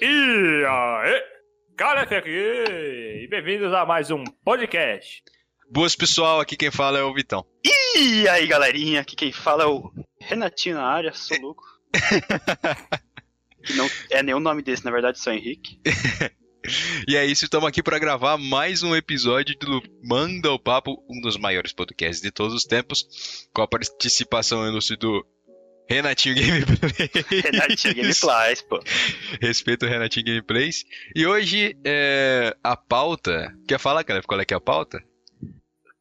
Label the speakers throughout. Speaker 1: E aí, galera aqui, e bem-vindos a mais um podcast.
Speaker 2: Boas pessoal, aqui quem fala é o Vitão.
Speaker 3: E aí galerinha, aqui quem fala é o Renatinho na área, sou louco. que não é nenhum nome desse, na verdade, sou Henrique.
Speaker 2: E é isso, estamos aqui para gravar mais um episódio do Manda o Papo, um dos maiores podcasts de todos os tempos, com a participação ilustre do Renatinho Gameplays.
Speaker 3: Renatinho Gameplays, pô.
Speaker 2: Respeito o Renatinho Gameplays. E hoje é, a pauta. Quer falar, cara, qual é que é a pauta?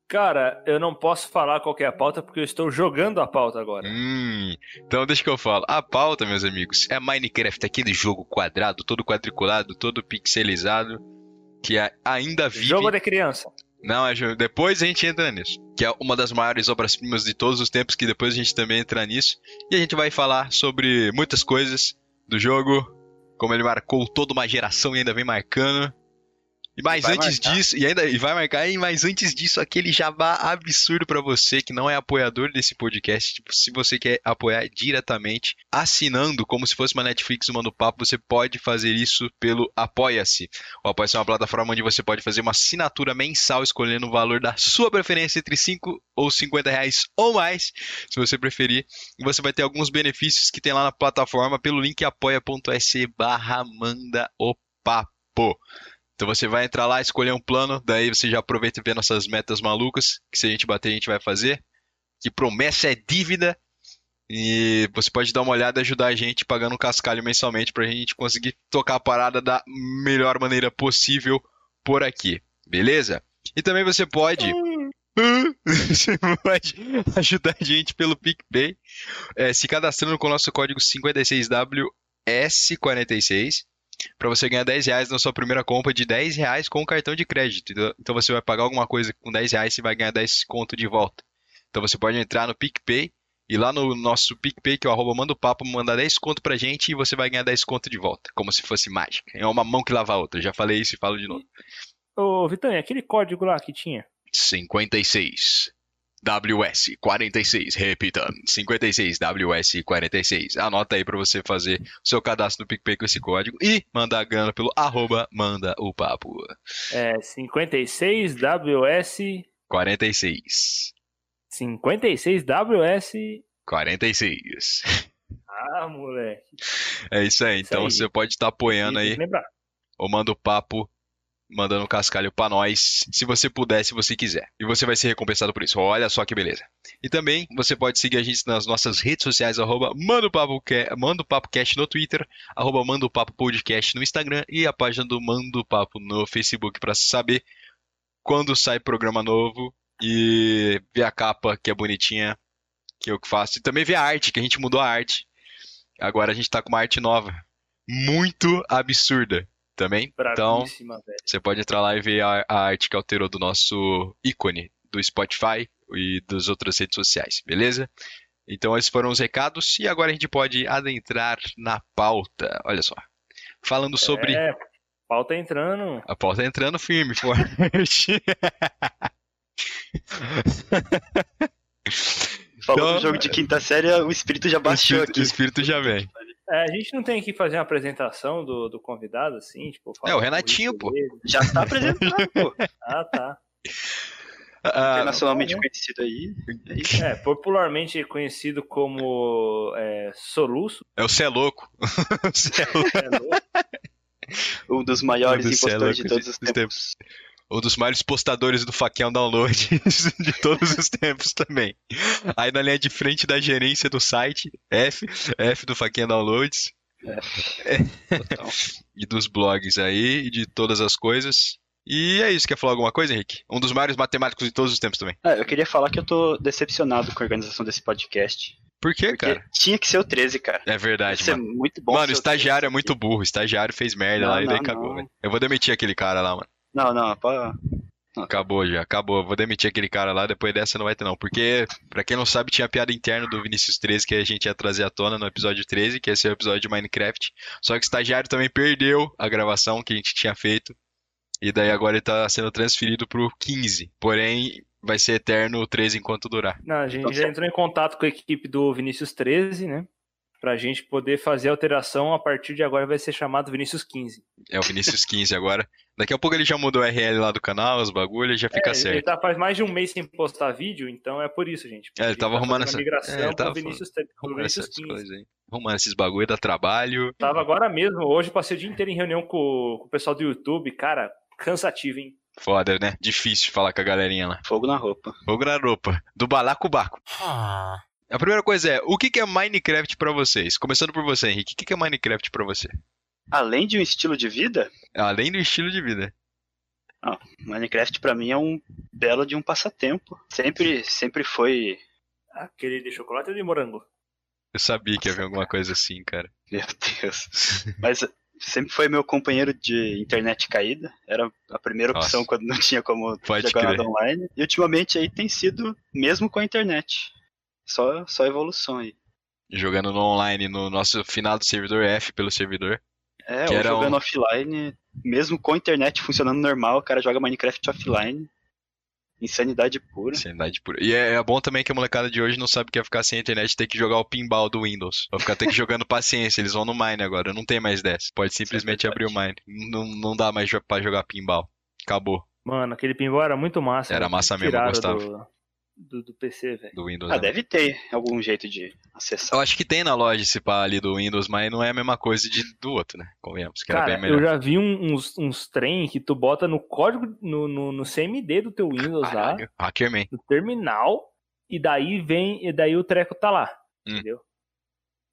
Speaker 1: Cara, eu não posso falar qual que é a pauta porque eu estou jogando a pauta agora.
Speaker 2: Hum, então deixa que eu falo. A pauta, meus amigos, é Minecraft, aquele jogo quadrado, todo quadriculado, todo pixelizado, que a- ainda vive.
Speaker 1: Jogo de criança.
Speaker 2: Não, é jogo. Depois a gente entra nisso. Que é uma das maiores obras-primas de todos os tempos, que depois a gente também entra nisso. E a gente vai falar sobre muitas coisas do jogo, como ele marcou toda uma geração e ainda vem marcando. E mais
Speaker 3: vai
Speaker 2: antes
Speaker 3: marcar.
Speaker 2: disso, e ainda e vai marcar, e mais antes disso, aquele jabá absurdo pra você que não é apoiador desse podcast. Tipo, se você quer apoiar diretamente, assinando, como se fosse uma Netflix, uma do papo, você pode fazer isso pelo Apoia-se. O Apoia-se é uma plataforma onde você pode fazer uma assinatura mensal escolhendo o valor da sua preferência entre 5 ou 50 reais ou mais, se você preferir. E você vai ter alguns benefícios que tem lá na plataforma pelo link apoia.se barra manda o papo. Então você vai entrar lá, escolher um plano, daí você já aproveita e vê nossas metas malucas, que se a gente bater a gente vai fazer. Que promessa é dívida. E você pode dar uma olhada e ajudar a gente pagando um cascalho mensalmente pra gente conseguir tocar a parada da melhor maneira possível por aqui, beleza? E também você pode. Você pode ajudar a gente pelo PicPay, eh, se cadastrando com o nosso código 56WS46 para você ganhar 10 reais na sua primeira compra de 10 reais com o cartão de crédito. Então- Então você vai pagar alguma coisa com 10 reais e vai ganhar 10 conto de volta. Então você pode entrar no PicPay e lá no nosso PicPay, que é o arroba manda o papo, mandar 10 conto pra gente e você vai ganhar 10 conto de volta. Como se fosse mágica. É uma mão que lava a outra. Já falei isso e falo de novo.
Speaker 1: Ô, Vitão, e aquele código lá que tinha?
Speaker 2: 56. WS46, repita, 56WS46. Anota aí pra você fazer o seu cadastro no PicPay com esse código e mandar a grana pelo arroba manda o papo.
Speaker 1: É 56WS...
Speaker 2: 46.
Speaker 1: 56WS...
Speaker 2: 46.
Speaker 1: Ah, moleque.
Speaker 2: É isso aí. Então
Speaker 1: aí.
Speaker 2: você pode estar apoiando
Speaker 1: Tem
Speaker 2: aí
Speaker 1: que Lembrar.
Speaker 2: ou manda o papo mandando um cascalho pra nós, se você puder, se você quiser. E você vai ser recompensado por isso. Olha só que beleza. E também você pode seguir a gente nas nossas redes sociais, arroba Manda o Papo, Ca- Manda o Papo Cast no Twitter, arroba Manda o Papo Podcast no Instagram e a página do Manda o Papo no Facebook pra saber quando sai programa novo e ver a capa que é bonitinha, que eu que faço. E também ver a arte, que a gente mudou a arte. Agora a gente tá com uma arte nova. Muito absurda também. Então,
Speaker 1: Bravíssima, velho.
Speaker 2: você pode entrar lá e ver a, a arte que alterou do nosso ícone do Spotify e das outras redes sociais, beleza? Então esses foram os recados e agora a gente pode adentrar na pauta. Olha só. Falando sobre.
Speaker 1: É, pauta entrando.
Speaker 2: A pauta entrando firme, forte.
Speaker 3: Falou
Speaker 2: Então-
Speaker 3: do jogo de quinta série, o espírito já
Speaker 2: O
Speaker 3: baixou
Speaker 2: espírito, o
Speaker 3: aqui.
Speaker 2: espírito já vem.
Speaker 1: É, a gente não tem que fazer uma apresentação do, do convidado, assim, tipo... falar
Speaker 2: É, o
Speaker 1: do
Speaker 2: Renatinho,
Speaker 1: currículo
Speaker 2: pô.
Speaker 1: dele.
Speaker 3: Já tá apresentado, pô.
Speaker 1: Ah, tá.
Speaker 2: Ah,
Speaker 3: Internacionalmente
Speaker 1: não.
Speaker 3: conhecido aí.
Speaker 1: É, popularmente conhecido como é, Soluço.
Speaker 2: é o Cé Louco. O Cé Louco.
Speaker 1: né, louco.
Speaker 3: Um dos maiores
Speaker 2: Meu Deus do céu,
Speaker 3: impostores de
Speaker 2: é louco,
Speaker 3: todos os
Speaker 2: dos
Speaker 3: tempos.
Speaker 2: Um dos maiores postadores do Faquião Download de todos os tempos também. Aí na linha de frente da gerência do site, F, F do Faquião Downloads.
Speaker 3: É. Total.
Speaker 2: e dos blogs aí, e de todas as coisas. E é isso, quer falar alguma coisa, Henrique? Um dos maiores matemáticos de todos os tempos também.
Speaker 3: Ah, eu queria falar que eu tô decepcionado com a organização desse podcast.
Speaker 2: Por quê,
Speaker 3: Porque
Speaker 2: cara?
Speaker 3: tinha que ser o 13, cara.
Speaker 2: É verdade,
Speaker 3: Isso é
Speaker 2: mano.
Speaker 3: muito bom.
Speaker 2: Mano,
Speaker 3: ser
Speaker 2: o
Speaker 3: o
Speaker 2: estagiário é
Speaker 3: 13.
Speaker 2: muito burro. O estagiário fez merda
Speaker 3: Não,
Speaker 2: lá e daí
Speaker 3: não,
Speaker 2: cagou,
Speaker 3: não.
Speaker 2: velho. Eu vou demitir aquele cara lá, mano.
Speaker 3: Não, não, pô.
Speaker 2: Acabou já, acabou. Eu Vou demitir aquele cara lá, depois dessa não vai ter não. Porque, pra quem não sabe, tinha a piada interna do Vinícius 13 que a gente ia trazer à tona no episódio 13, que ia ser o episódio de Minecraft. Só que o estagiário também perdeu a gravação que a gente tinha feito. E daí agora ele tá sendo transferido pro 15. Porém, Vai ser eterno o 13 enquanto durar.
Speaker 1: Não, a gente já entrou em contato com a equipe do Vinícius 13, né? Pra gente poder fazer alteração, a partir de agora vai ser chamado Vinícius 15.
Speaker 2: É o Vinícius 15 agora. Daqui a pouco ele já mudou o RL lá do canal, os bagulhos, já fica
Speaker 1: É, Ele
Speaker 2: certo.
Speaker 1: tá faz mais de um mês sem postar vídeo, então é por isso, gente.
Speaker 2: É, ele tava
Speaker 1: tá
Speaker 2: arrumando
Speaker 1: fazendo
Speaker 2: essa-
Speaker 1: a migração
Speaker 2: é, ele
Speaker 1: pro
Speaker 2: tava
Speaker 1: Vinícius, 13, pro
Speaker 2: Arrumando
Speaker 1: Vinícius
Speaker 2: essas
Speaker 1: 15.
Speaker 2: coisas aí. Arrumando esses bagulho, dá trabalho.
Speaker 1: Tava agora mesmo, hoje passei o dia inteiro em reunião com, com o pessoal do YouTube, cara, cansativo, hein?
Speaker 2: Foda, né? Difícil falar com a galerinha lá.
Speaker 3: Fogo na roupa.
Speaker 2: Fogo na roupa. Do balacobaco.
Speaker 4: Ah,
Speaker 2: A primeira coisa é, o que que é Minecraft pra vocês? Começando por você, Henrique. O que que é Minecraft pra você?
Speaker 3: Além de um estilo de vida,
Speaker 2: Além do estilo de vida.
Speaker 3: Minecraft pra mim é um belo de um passatempo. Sempre, sempre foi.
Speaker 1: Aquele de chocolate ou de morango?
Speaker 2: Eu sabia que ia vir alguma coisa assim, cara.
Speaker 3: Meu Deus. Mas sempre foi meu companheiro de internet caída. Era a primeira opção
Speaker 2: Nossa.
Speaker 3: quando não tinha como
Speaker 2: Pode
Speaker 3: jogar
Speaker 2: crer.
Speaker 3: nada online. E ultimamente aí tem sido, mesmo com a internet. Só, só evolução aí.
Speaker 2: Jogando no online, no nosso final do servidor F pelo servidor.
Speaker 3: É,
Speaker 2: Que
Speaker 3: ou
Speaker 2: era
Speaker 3: jogando
Speaker 2: um-
Speaker 3: offline, mesmo com a internet funcionando normal, o cara joga Minecraft offline. Insanidade pura.
Speaker 2: Sanidade pura. E é, é bom também que a molecada de hoje não sabe o que é ficar sem internet e ter que jogar o pinball do Windows. Vai ficar ter que jogando paciência, eles vão no Mine agora, não tem mais dessa. Pode simplesmente
Speaker 3: É
Speaker 2: abrir o Mine. Não, não dá mais jo- pra jogar pinball. Acabou
Speaker 1: Mano, aquele pinball era muito massa.
Speaker 2: Era
Speaker 1: velho.
Speaker 2: massa mesmo, eu
Speaker 1: Tiraram
Speaker 2: gostava.
Speaker 1: Do, do, do PC, velho.
Speaker 2: do Windows.
Speaker 3: Ah,
Speaker 2: né?
Speaker 3: deve ter algum jeito de acessar.
Speaker 2: Eu acho que tem na loja esse pá ali do Windows, mas não é a mesma coisa de, do outro, né? Convenhamos, que era
Speaker 1: Cara,
Speaker 2: bem
Speaker 1: eu
Speaker 2: melhor.
Speaker 1: já vi um- uns, uns trem que tu bota no código, no, no, no CMD do teu Windows lá,
Speaker 2: Caralho, Hackerman.
Speaker 1: no terminal, e daí vem, e daí o treco tá lá.
Speaker 2: Hum.
Speaker 1: Entendeu?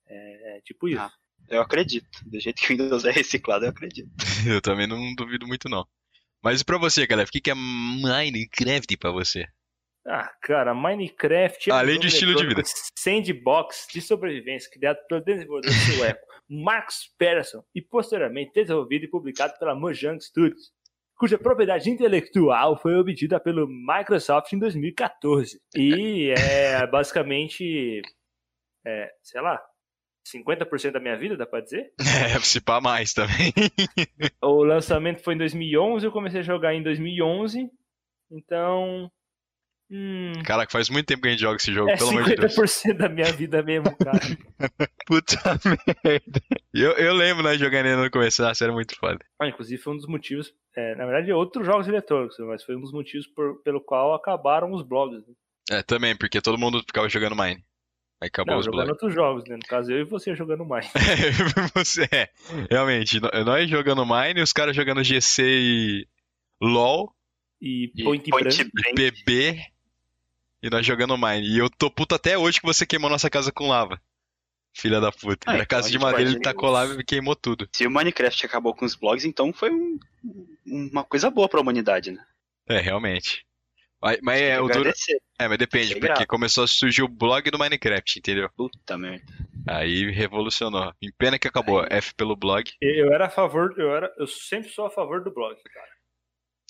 Speaker 1: É, é tipo isso.
Speaker 3: Ah. Eu acredito. Do jeito que o Windows é reciclado, eu acredito.
Speaker 2: Eu também não duvido muito, não. Mas e pra você, galera? O que, que é Minecraft pra você?
Speaker 1: Ah, cara, Minecraft
Speaker 2: Além
Speaker 1: um
Speaker 2: de estilo de
Speaker 1: eletrônico Sandbox de sobrevivência criado pelo desenvolvedor sueco Max Persson e posteriormente desenvolvido e publicado pela Mojang Studios, cuja propriedade intelectual foi obtida pelo Microsoft em 2014. E é basicamente, é, sei lá, 50% da minha vida, dá pra dizer?
Speaker 2: É, se pá mais também.
Speaker 1: O lançamento foi em 2011, eu comecei a jogar em 2011, então... Hum,
Speaker 2: Caraca, faz muito tempo que a gente joga esse jogo,
Speaker 1: É
Speaker 2: pelo amor de Deus.
Speaker 1: 50% da minha vida mesmo, cara.
Speaker 2: Puta merda. Eu, eu lembro né, nós jogando ainda no começo, nossa, era muito foda.
Speaker 1: Ah, inclusive foi um dos motivos, é, na verdade, outros jogos eletrônicos, mas foi um dos motivos por- pelo qual acabaram os blogs. Né?
Speaker 2: É, também, porque todo mundo ficava jogando Mine. Aí acabou
Speaker 1: Não,
Speaker 2: os
Speaker 1: jogando
Speaker 2: blogs.
Speaker 1: outros jogos, né? No caso, eu e você jogando mais.
Speaker 2: Você- é, realmente, no- nós jogando Mine, os caras jogando GC e LOL,
Speaker 1: E
Speaker 3: E
Speaker 1: Point
Speaker 3: Point
Speaker 1: Blank,
Speaker 3: Blank,
Speaker 2: PB, e nós jogando Mine. E eu tô puto até hoje que você queimou nossa casa com lava. Filha da puta.
Speaker 3: Ah,
Speaker 2: Era
Speaker 3: então
Speaker 2: casa
Speaker 3: a
Speaker 2: de
Speaker 3: gente
Speaker 2: madeira,
Speaker 3: pode-
Speaker 2: ele tacou lava e queimou tudo.
Speaker 3: Se o Minecraft acabou com os blogs, então foi um- uma coisa boa pra humanidade, né?
Speaker 2: É, realmente. Mas, mas é, o duro-
Speaker 3: Agradecer.
Speaker 2: é, mas depende,
Speaker 3: Achei
Speaker 2: porque
Speaker 3: grave.
Speaker 2: começou a surgir o blog do Minecraft, entendeu?
Speaker 3: Puta merda.
Speaker 2: Aí revolucionou. Em pena que acabou. F pelo blog.
Speaker 1: eu era a favor, eu era, eu sempre sou a favor do blog, cara.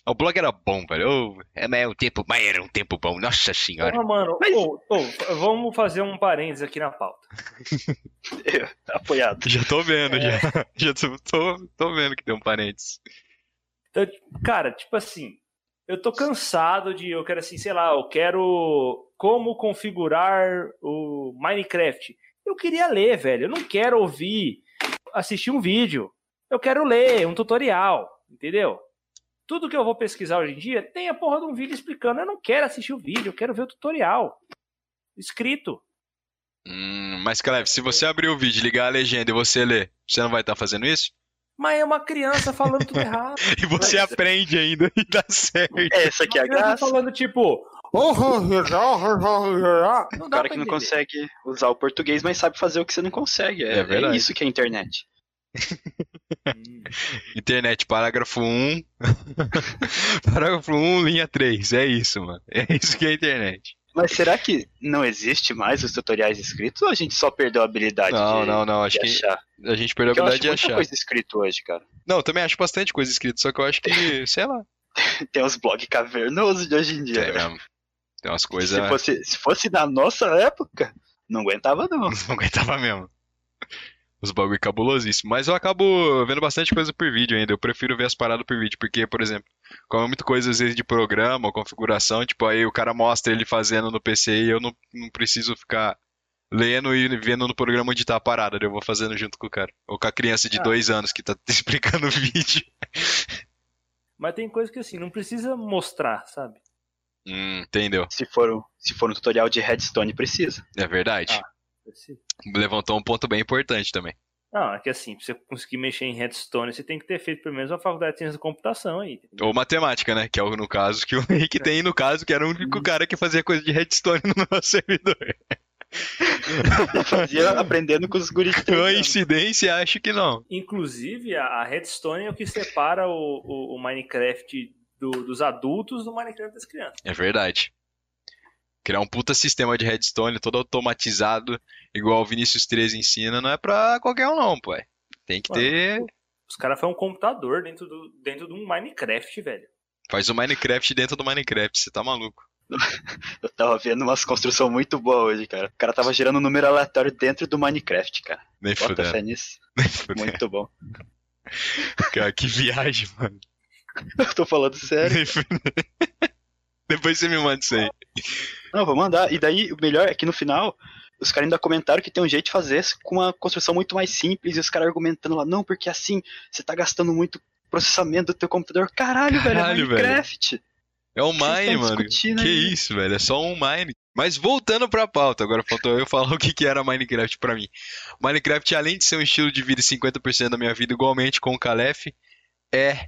Speaker 2: Ah, O blog era bom, velho. Ô, é, mas é um tempo, mas era um tempo bom. Nossa senhora.
Speaker 1: Porra, mano,
Speaker 3: Mas-
Speaker 1: ô, ô, vamos fazer um parênteses aqui na pauta.
Speaker 3: Tá Apoiado.
Speaker 2: Já tô
Speaker 3: É.
Speaker 2: vendo, já. Já tô, tô, tô vendo que tem um parênteses.
Speaker 1: Cara, tipo assim, eu tô cansado de. Eu quero assim, sei lá, eu quero como configurar o Minecraft. Eu queria ler, velho. Eu não quero ouvir, assistir um vídeo. Eu quero ler um tutorial, entendeu? Tudo que eu vou pesquisar hoje em dia tem a porra de um vídeo explicando. Eu não quero assistir o vídeo, eu quero ver o tutorial. Escrito.
Speaker 2: Hum, mas, Cleve, se você abrir o vídeo, ligar a legenda e você ler, você não vai estar fazendo isso?
Speaker 1: Mas é uma criança falando tudo errado.
Speaker 2: E você
Speaker 3: Mas-
Speaker 2: aprende ainda e dá certo.
Speaker 3: Essa aqui é a
Speaker 1: Uma criança
Speaker 3: graça.
Speaker 1: falando tipo. Não
Speaker 3: O
Speaker 1: dá pra
Speaker 3: cara que não
Speaker 1: entender.
Speaker 3: consegue usar o português, mas sabe fazer o que você não consegue. É,
Speaker 2: É verdade.
Speaker 3: é isso que é a internet.
Speaker 2: Internet, parágrafo 1. parágrafo 1, linha 3. É isso, mano. É isso que é a internet.
Speaker 3: Mas será que não existe mais os tutoriais escritos ou a gente só perdeu a habilidade
Speaker 2: Não,
Speaker 3: de,
Speaker 2: não, não.
Speaker 3: de
Speaker 2: Acho que
Speaker 3: achar?
Speaker 2: a gente perdeu a
Speaker 3: Porque
Speaker 2: habilidade
Speaker 3: eu acho
Speaker 2: de
Speaker 3: muita
Speaker 2: achar.
Speaker 3: coisa escrita hoje, cara.
Speaker 2: Não, eu também acho bastante coisa escrita, só que eu acho
Speaker 3: É.
Speaker 2: que, sei lá.
Speaker 3: Tem os blogs cavernosos de hoje em dia.
Speaker 2: Tem
Speaker 3: velho.
Speaker 2: mesmo. É, Tem umas coisas.
Speaker 3: se, fosse, se fosse da nossa época, não aguentava não.
Speaker 2: Não aguentava mesmo. Os bagulho cabulosíssimos. Mas eu acabo vendo bastante coisa por vídeo ainda. Eu prefiro ver as paradas por vídeo, porque, por exemplo, como é muita coisa às vezes de programa, configuração, tipo, aí o cara mostra ele fazendo no PC e eu não, não preciso ficar lendo e vendo no programa onde tá a parada. Eu vou fazendo junto com o cara. Ou com a criança de
Speaker 1: Ah.
Speaker 2: dois anos que tá explicando o vídeo.
Speaker 1: Mas tem coisa que assim, não precisa mostrar, sabe?
Speaker 2: Hum, entendeu?
Speaker 3: Se for, um- se for um tutorial de redstone, precisa.
Speaker 2: É verdade.
Speaker 1: Ah. Precisa.
Speaker 2: Levantou um ponto bem importante também.
Speaker 1: Não, é que assim, pra você conseguir mexer em redstone, você tem que ter feito pelo menos uma faculdade de ciência da computação aí. entendeu?
Speaker 2: Ou matemática, né? Que é o no caso que o Henrique tem, no caso, que era o único cara que fazia coisa de redstone no nosso servidor.
Speaker 3: E fazia aprendendo com os guris de três anos.
Speaker 2: Coincidência, acho que não.
Speaker 1: Inclusive, a a redstone é o que separa o, o- o Minecraft do- dos adultos do Minecraft das crianças.
Speaker 2: É verdade. Criar um puta sistema de redstone todo automatizado, igual o Vinícius 3 ensina, não é pra qualquer um, não, pô. Tem que
Speaker 1: Mano.
Speaker 2: ter.
Speaker 1: Os caras foi um computador dentro, do, dentro de um Minecraft, velho.
Speaker 2: Faz o Minecraft dentro do Minecraft, você tá maluco.
Speaker 3: Eu tava vendo umas construções muito boas hoje, cara. O cara tava gerando um número aleatório dentro do Minecraft, cara.
Speaker 2: Nem
Speaker 3: Bota
Speaker 2: fudendo.
Speaker 3: fé nisso.
Speaker 2: Nem fudendo.
Speaker 3: Muito bom.
Speaker 2: Cara, que viagem, mano.
Speaker 3: Eu tô falando sério.
Speaker 2: Nem fudendo. Depois você me manda isso aí.
Speaker 3: Não, vou mandar. E daí, o melhor é que no final, os caras ainda comentaram que tem um jeito de fazer isso com uma construção muito mais simples. E os caras argumentando lá, não, porque assim, você tá gastando muito processamento do teu computador. Caralho,
Speaker 2: Caralho,
Speaker 3: velho, é
Speaker 2: velho.
Speaker 3: Minecraft.
Speaker 2: É o
Speaker 3: Vocês
Speaker 2: Mine,
Speaker 3: tão
Speaker 2: mano.
Speaker 3: discutindo
Speaker 2: Que
Speaker 3: aí.
Speaker 2: isso, velho. É só um Mine. Mas voltando pra pauta, agora faltou eu falar o que, que era Minecraft pra mim. Minecraft, além de ser um estilo de vida e 50% da minha vida, igualmente com o Calef, é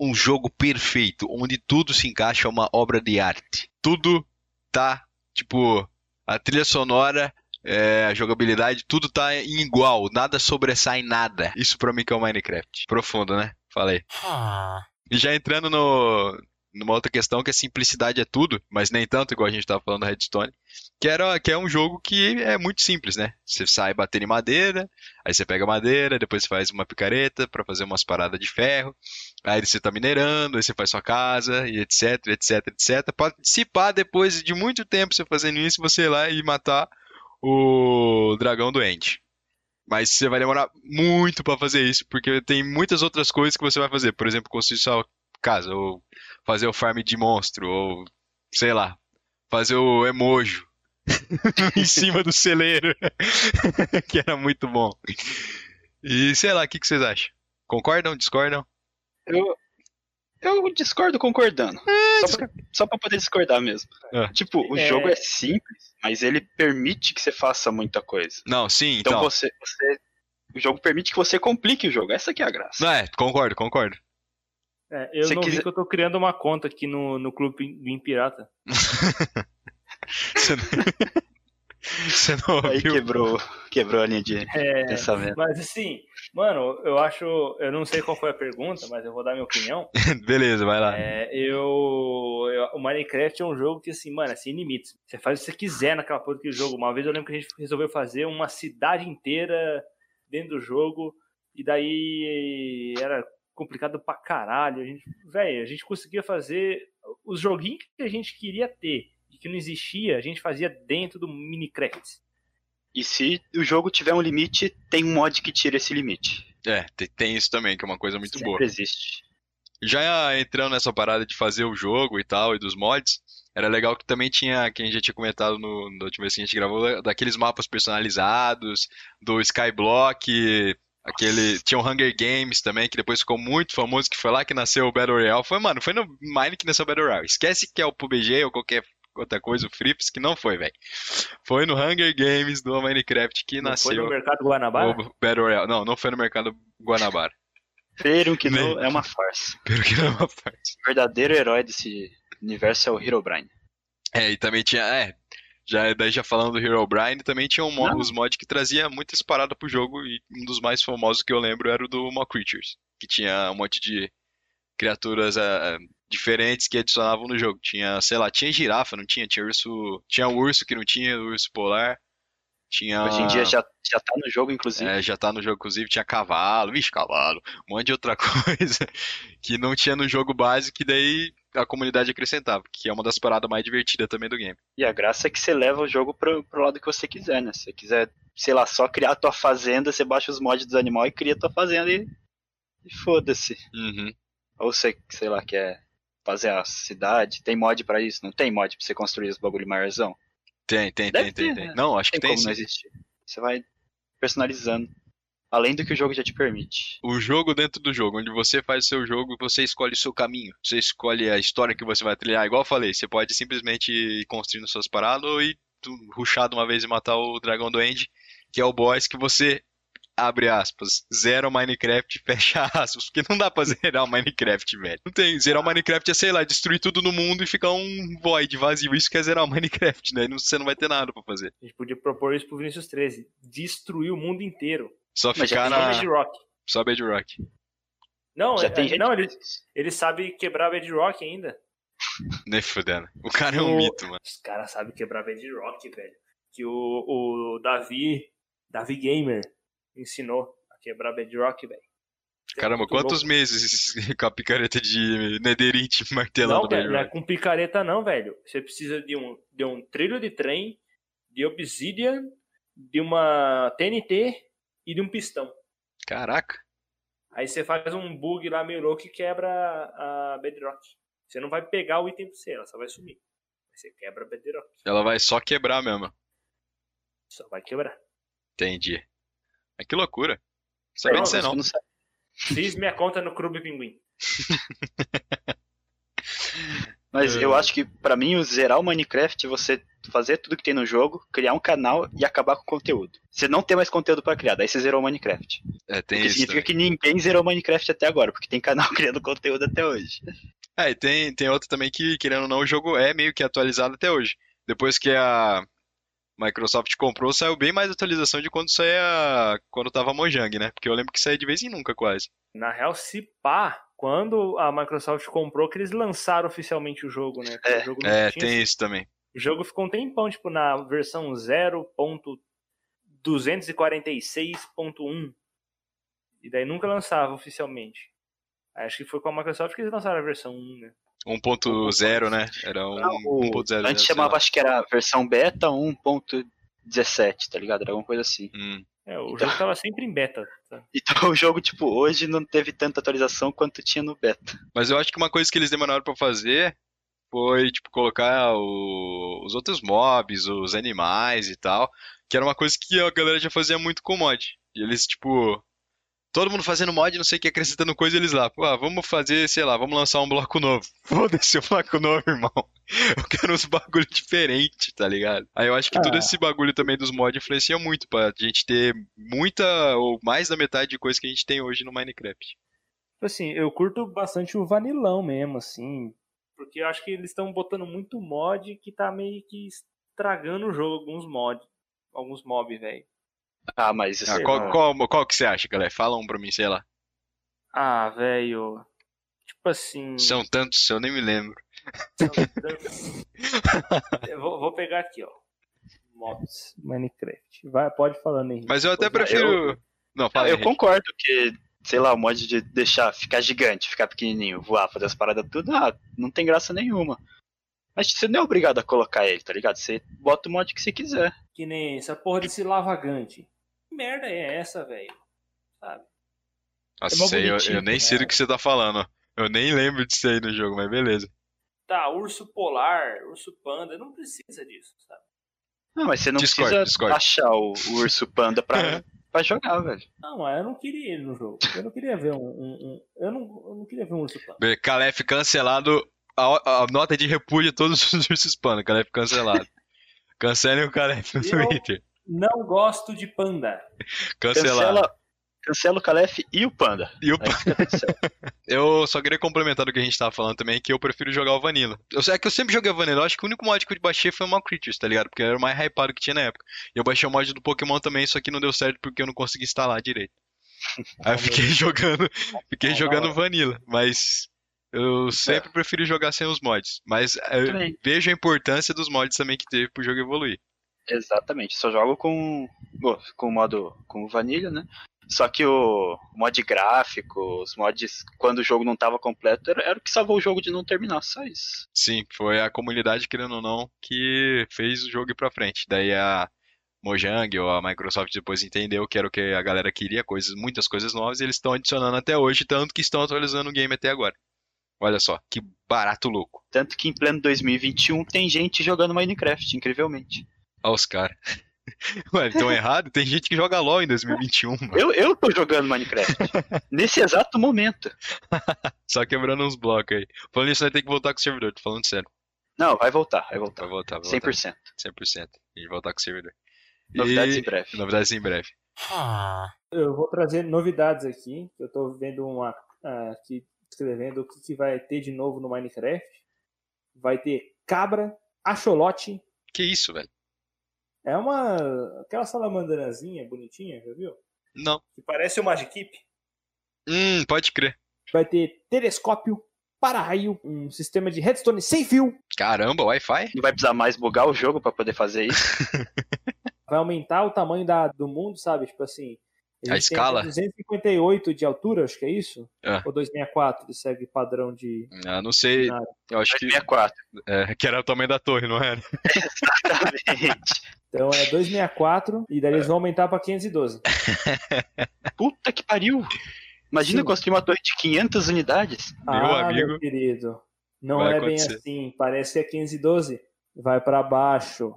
Speaker 2: um jogo perfeito, onde tudo se encaixa a uma obra de arte. Tudo tá, tipo, a trilha sonora, é, a jogabilidade, tudo tá em igual. Nada sobressai nada. Isso pra mim que é o Minecraft. Profundo, né? Falei. E já entrando no, numa outra questão que a simplicidade é tudo, mas nem tanto, igual a gente tava falando do Redstone, que, era, que é um jogo que é muito simples, né? Você sai batendo em madeira, aí você pega madeira, depois você faz uma picareta pra fazer umas paradas de ferro, aí você tá minerando, aí você faz sua casa, e etc, etc, etc. Pode se pá, depois de muito tempo você fazendo isso, você ir lá e matar o dragão doente. Mas você vai demorar muito pra fazer isso, porque tem muitas outras coisas que você vai fazer. Por exemplo, construir sua casa, ou fazer o farm de monstro, ou sei lá, fazer o emojo em cima do celeiro, que era muito bom. E sei lá, o que, que vocês acham? Concordam? Discordam?
Speaker 3: Eu, eu discordo concordando. só, pra, só pra poder discordar mesmo.
Speaker 2: Ah.
Speaker 3: Tipo, o
Speaker 1: É.
Speaker 3: jogo é simples, mas ele permite que você faça muita coisa.
Speaker 2: Não, sim,
Speaker 3: Então,
Speaker 2: então.
Speaker 3: você, você- O jogo permite que você complique o jogo. Essa que é a graça.
Speaker 2: Não, é, concordo, concordo.
Speaker 1: É, eu
Speaker 3: Se
Speaker 1: não
Speaker 3: quiser-
Speaker 1: vi que eu tô criando uma conta aqui no, no Clube Pim Pirata.
Speaker 2: Você não, Você não
Speaker 3: Aí
Speaker 2: ouviu?
Speaker 3: quebrou, quebrou a linha de
Speaker 1: É,
Speaker 3: pensamento.
Speaker 1: mas assim, mano, eu acho. Eu não sei qual foi a pergunta, mas eu vou dar minha opinião.
Speaker 2: Beleza, vai lá.
Speaker 1: É, eu, eu- O Minecraft é um jogo que, assim, mano, é sem limites. Você faz o que você quiser naquela porra do jogo. Uma vez eu lembro que a gente resolveu fazer uma cidade inteira dentro do jogo. E daí era complicado pra caralho. A gente, velho, a gente conseguia fazer os joguinhos que a gente queria ter e que não existia, a gente fazia dentro do Minecraft.
Speaker 3: E se o jogo tiver um limite, tem um mod que tira esse limite.
Speaker 2: É, tem, tem isso também, que é uma coisa muito
Speaker 3: Sempre
Speaker 2: boa.
Speaker 3: existe.
Speaker 2: Já entrando nessa parada de fazer o jogo e tal, e dos mods, era legal que também tinha, quem já tinha comentado no, na última vez que a gente gravou, da- daqueles mapas personalizados, do Skyblock, aquele. Tinha o Hunger Games também, que depois ficou muito famoso, que foi lá que nasceu o Battle Royale. Foi, mano, foi no Mine que nasceu o Battle Royale. Esquece que é o PUBG ou qualquer outra coisa, o Frips, que não foi, velho. Foi no Hunger Games do Minecraft que
Speaker 1: Não foi
Speaker 2: nasceu
Speaker 1: no mercado
Speaker 2: o
Speaker 3: Uhum.
Speaker 1: Guanabara?
Speaker 2: Battle Royale. Não, não foi no mercado Guanabara.
Speaker 3: Feiro que não
Speaker 2: Nem-
Speaker 3: é uma farsa.
Speaker 2: Pelo que não é uma parte.
Speaker 3: O verdadeiro herói desse universo é o Herobrine.
Speaker 2: É, e também tinha. É, já, daí já falando do Herobrine, também tinha um mo-
Speaker 3: Não.
Speaker 2: os mods que trazia muitas paradas pro jogo, e um dos mais famosos que eu lembro era o do Mo Creatures, que tinha um monte de criaturas ah, diferentes que adicionavam no jogo. Tinha, sei lá, tinha girafa, não tinha? Tinha urso. Tinha um urso que não tinha, urso polar. Tinha.
Speaker 3: Hoje em dia já, já tá no jogo, inclusive.
Speaker 2: É, já tá no jogo, inclusive, tinha cavalo, vixe, cavalo, um monte de outra coisa que não tinha no jogo básico, e daí a comunidade acrescentava, que é uma das paradas mais divertidas também do game.
Speaker 3: E a graça é que você leva o jogo pro, pro lado que você quiser, né? Se você quiser, sei lá, só criar a tua fazenda, você baixa os mods dos animais e cria a tua fazenda e, e foda-se.
Speaker 2: Uhum.
Speaker 3: Ou você, sei lá, quer fazer a cidade. Tem mod pra isso? Não tem mod pra você construir os bagulho maiorzão?
Speaker 2: Tem, tem,
Speaker 3: Deve
Speaker 2: tem, tem,
Speaker 3: ter,
Speaker 2: tem.
Speaker 3: né?
Speaker 2: Não, acho
Speaker 3: Tem
Speaker 2: que tem
Speaker 3: como não
Speaker 2: sim.
Speaker 3: existir. Você vai personalizando. Além do que o jogo já te permite.
Speaker 2: O jogo dentro do jogo, onde você faz o seu jogo e você escolhe o seu caminho. Você escolhe a história que você vai trilhar. Igual eu falei, você pode simplesmente ir construindo suas paradas ou ir tu- rushar de uma vez e matar o Dragão do End, que é o boss que você, abre aspas, zera o Minecraft, fecha aspas. Porque não dá pra zerar o Minecraft, velho. Não tem. Zerar o Minecraft é, sei lá, destruir tudo no mundo e ficar um void vazio. Isso que é zerar o Minecraft, né? E não- Você não vai ter nada pra fazer.
Speaker 1: A gente podia propor isso pro Vinícius 13. Destruir o mundo inteiro.
Speaker 2: Só
Speaker 3: Mas já
Speaker 2: ficar
Speaker 3: tem
Speaker 1: Só
Speaker 2: na.
Speaker 1: Bedrock.
Speaker 2: Só Bedrock.
Speaker 1: Não,
Speaker 3: já
Speaker 1: é-
Speaker 3: tem gente
Speaker 1: não
Speaker 3: que
Speaker 1: ele,
Speaker 3: faz isso.
Speaker 1: ele sabe quebrar Bedrock ainda.
Speaker 2: Nem fudendo. O cara é um
Speaker 1: O-
Speaker 2: mito, mano.
Speaker 1: Os caras sabem quebrar Bedrock, velho. Que o, o Davi, Davi Gamer, ensinou a quebrar Bedrock, velho.
Speaker 2: Caramba,
Speaker 1: Muito
Speaker 2: quantos
Speaker 1: louco.
Speaker 2: meses com a picareta de nederite martelando
Speaker 1: Não,
Speaker 2: o Bedrock?
Speaker 1: velho, não é com picareta não, velho. Você precisa de um, de um trilho de trem, de obsidian, de uma TNT e de um pistão.
Speaker 2: Caraca.
Speaker 1: Aí você faz um bug lá meio louco e quebra a Bedrock. Você não vai pegar o item pra você, ela só vai sumir. Você quebra a Bedrock,
Speaker 2: Ela vai só quebrar mesmo.
Speaker 1: só vai quebrar.
Speaker 2: Entendi. Mas que loucura. Não
Speaker 1: É,
Speaker 2: sabia
Speaker 1: não,
Speaker 2: disso aí,
Speaker 3: Eu
Speaker 2: não.
Speaker 3: não sei.
Speaker 1: Fiz minha conta no Clube Pinguim.
Speaker 3: Mas
Speaker 2: É.
Speaker 3: eu acho que pra mim o zerar o Minecraft é você fazer tudo que tem no jogo, criar um canal e acabar com o conteúdo. Você não tem mais conteúdo pra criar, daí você zerou o Minecraft.
Speaker 2: É,
Speaker 3: o
Speaker 2: tem
Speaker 3: que
Speaker 2: isso.
Speaker 3: significa
Speaker 2: também.
Speaker 3: que ninguém zerou o Minecraft até agora, porque tem canal criando conteúdo até hoje.
Speaker 2: É, e tem, tem outro também que, querendo ou não, o jogo é meio que atualizado até hoje. Depois que a Microsoft comprou, saiu bem mais atualização de quando saía. Quando tava Mojang, né? Porque eu lembro que saía de vez em nunca, quase.
Speaker 1: Na real, se pá, quando a Microsoft comprou, que eles lançaram oficialmente o jogo, né? Porque
Speaker 3: É,
Speaker 1: o jogo não
Speaker 2: É,
Speaker 1: tinha
Speaker 2: tem isso também.
Speaker 1: O jogo ficou um tempão, tipo, na versão 0.246.1. E daí nunca lançava oficialmente. Acho que foi com a Microsoft que eles lançaram a versão 1, né?
Speaker 2: 1.0, né? Era um
Speaker 3: Ah, o-
Speaker 2: 1.0.
Speaker 3: Antes
Speaker 2: sei lá.
Speaker 3: chamava, acho que era versão beta 1.17, tá ligado? Era alguma coisa assim.
Speaker 2: Hum,
Speaker 1: É, o
Speaker 3: Então-
Speaker 1: jogo tava sempre em beta. tá?
Speaker 3: Então o jogo, tipo, hoje não teve tanta atualização quanto tinha no beta.
Speaker 2: Mas eu acho que uma coisa que eles demoraram pra fazer foi, tipo, colocar o- os outros mobs, os animais e tal, que era uma coisa que a galera já fazia muito com mod. E eles, tipo, todo mundo fazendo mod, não sei o que, acrescentando coisa, eles lá, pô, ah, vamos fazer, sei lá, vamos lançar um bloco novo. Foda-se o bloco novo, irmão. Eu quero uns bagulho diferente, tá ligado? Aí eu acho que todo esse bagulho também dos mods influencia muito pra gente ter muita ou mais da metade de coisa que a gente tem hoje no Minecraft.
Speaker 1: Tipo Assim, eu curto bastante o vanilão mesmo, assim. Porque eu acho que eles estão botando muito mod que tá meio que estragando o jogo, alguns mods. Alguns mob, velho.
Speaker 3: Ah, mas
Speaker 2: Ah,
Speaker 3: assim,
Speaker 2: qual, qual, qual que você acha, galera? Fala um pra mim, sei lá.
Speaker 1: Ah, velho. Tipo assim.
Speaker 2: São tantos, eu nem me lembro.
Speaker 1: Eu vou, vou pegar aqui, ó. Mods, Minecraft. Vai, pode falando aí.
Speaker 2: Mas eu até
Speaker 1: Pois é,
Speaker 2: prefiro. Não,
Speaker 3: Não,
Speaker 2: fala aí,
Speaker 3: Ah, eu
Speaker 2: Henrique.
Speaker 3: concordo que, sei lá, o mod de deixar ficar gigante, ficar pequenininho, voar, fazer as paradas tudo, ah, não tem graça nenhuma. Mas você não é obrigado a colocar ele, tá ligado? Você bota o mod que você quiser.
Speaker 1: Que nem essa porra desse lavagante. Que merda é essa, velho? é mó
Speaker 2: Nossa, eu,
Speaker 1: bonitinho,
Speaker 2: eu nem sei do
Speaker 1: cara.
Speaker 2: que você tá falando. Eu nem lembro disso aí no jogo, mas beleza.
Speaker 1: Tá, urso polar, urso panda, não precisa disso, sabe?
Speaker 3: Não, Ah, mas você não
Speaker 2: Discord,
Speaker 3: precisa
Speaker 2: Discord.
Speaker 3: achar o, o urso panda pra, pra jogar, velho.
Speaker 1: Não, mas eu não queria ele no jogo. Eu não queria ver um. um- um- eu, não, eu não queria ver um urso panda.
Speaker 2: Bem, Calef cancelado. A, a nota de repúdio a todos os ursos pano. Calef cancelado. Cancelem o Calef no
Speaker 1: Eu-
Speaker 2: Twitter.
Speaker 1: Não gosto de panda.
Speaker 2: Cancelado.
Speaker 3: Cancela, cancela o Calef e o Panda.
Speaker 2: E o
Speaker 3: Aí fica tudo certo.
Speaker 2: Eu só queria complementar do que a gente tava falando também, que eu prefiro jogar o Vanilla. Eu sei é que eu sempre joguei o Vanilla, eu acho que o único mod que eu baixei foi o Malcreatures, tá ligado? Porque era o mais hypado que tinha na época. E eu baixei o mod do Pokémon também, só que não deu certo porque eu não consegui instalar direito. Aí eu fiquei jogando, fiquei
Speaker 1: Não,
Speaker 2: jogando
Speaker 1: não.
Speaker 2: Vanilla, mas eu sempre prefiro jogar sem os mods. Mas eh, eu
Speaker 3: é. Também.
Speaker 2: vejo a importância dos mods também que teve pro jogo evoluir.
Speaker 3: Exatamente, só jogo com bom, com o modo com o vanilla, né? Só que o mod gráfico, os mods quando o jogo não estava completo, era, era o que salvou o jogo de não terminar, só isso.
Speaker 2: Sim, foi a comunidade, querendo ou não, que fez o jogo ir pra frente. Daí a Mojang ou a Microsoft depois entendeu que era o que a galera queria, coisas, muitas coisas novas, e eles estão adicionando até hoje, tanto que estão atualizando o game até agora. Olha só, que barato louco.
Speaker 3: Tanto que em pleno 2021 tem gente jogando Minecraft, incrivelmente.
Speaker 2: Olha os caras. Ué, então errado? Tem gente que joga LOL em 2021. Mano.
Speaker 3: Eu, eu tô jogando Minecraft. nesse exato momento.
Speaker 2: Só quebrando uns blocos aí. Falando isso, vai ter que voltar com o servidor, tô falando sério.
Speaker 3: Não, vai voltar, vai voltar.
Speaker 2: Vai voltar, vai voltar.
Speaker 3: 100%.
Speaker 2: 100%. E voltar com o servidor.
Speaker 3: Novidades
Speaker 2: E-
Speaker 3: em breve.
Speaker 2: Novidades em breve.
Speaker 1: Eu vou trazer novidades aqui. Eu tô vendo uma ah, aqui escrevendo o que, que vai ter de novo no Minecraft. Vai ter cabra, acholote.
Speaker 2: Que isso, velho?
Speaker 1: É uma. aquela salamandrazinha bonitinha, já viu?
Speaker 2: Não.
Speaker 1: Que parece o Magikip.
Speaker 2: Hum, pode crer.
Speaker 1: Vai ter telescópio, para-raio, um sistema de redstone sem fio.
Speaker 2: Caramba, Wi-Fi?
Speaker 3: Não vai precisar mais bugar o jogo pra poder fazer isso.
Speaker 1: Vai aumentar o tamanho da, do mundo, sabe? Tipo assim.
Speaker 2: A
Speaker 1: gente tem
Speaker 2: escala?
Speaker 1: até 258 de altura, acho que é isso?
Speaker 2: É.
Speaker 1: Ou 264, que segue padrão de.
Speaker 2: Ah, não sei.
Speaker 1: Nada.
Speaker 2: Eu acho que,
Speaker 3: 64,
Speaker 2: é, que era o tamanho da torre, não era?
Speaker 3: exatamente.
Speaker 1: Então é 264 e daí eles
Speaker 2: É.
Speaker 1: vão aumentar pra 512.
Speaker 3: Puta que pariu. Imagina
Speaker 1: Sim.
Speaker 3: construir uma torre de 500 unidades.
Speaker 2: Meu amigo.
Speaker 1: Ah, Meu querido. Não
Speaker 2: Vai
Speaker 1: é
Speaker 2: acontecer.
Speaker 1: bem assim. Parece que é 1512. Vai pra baixo.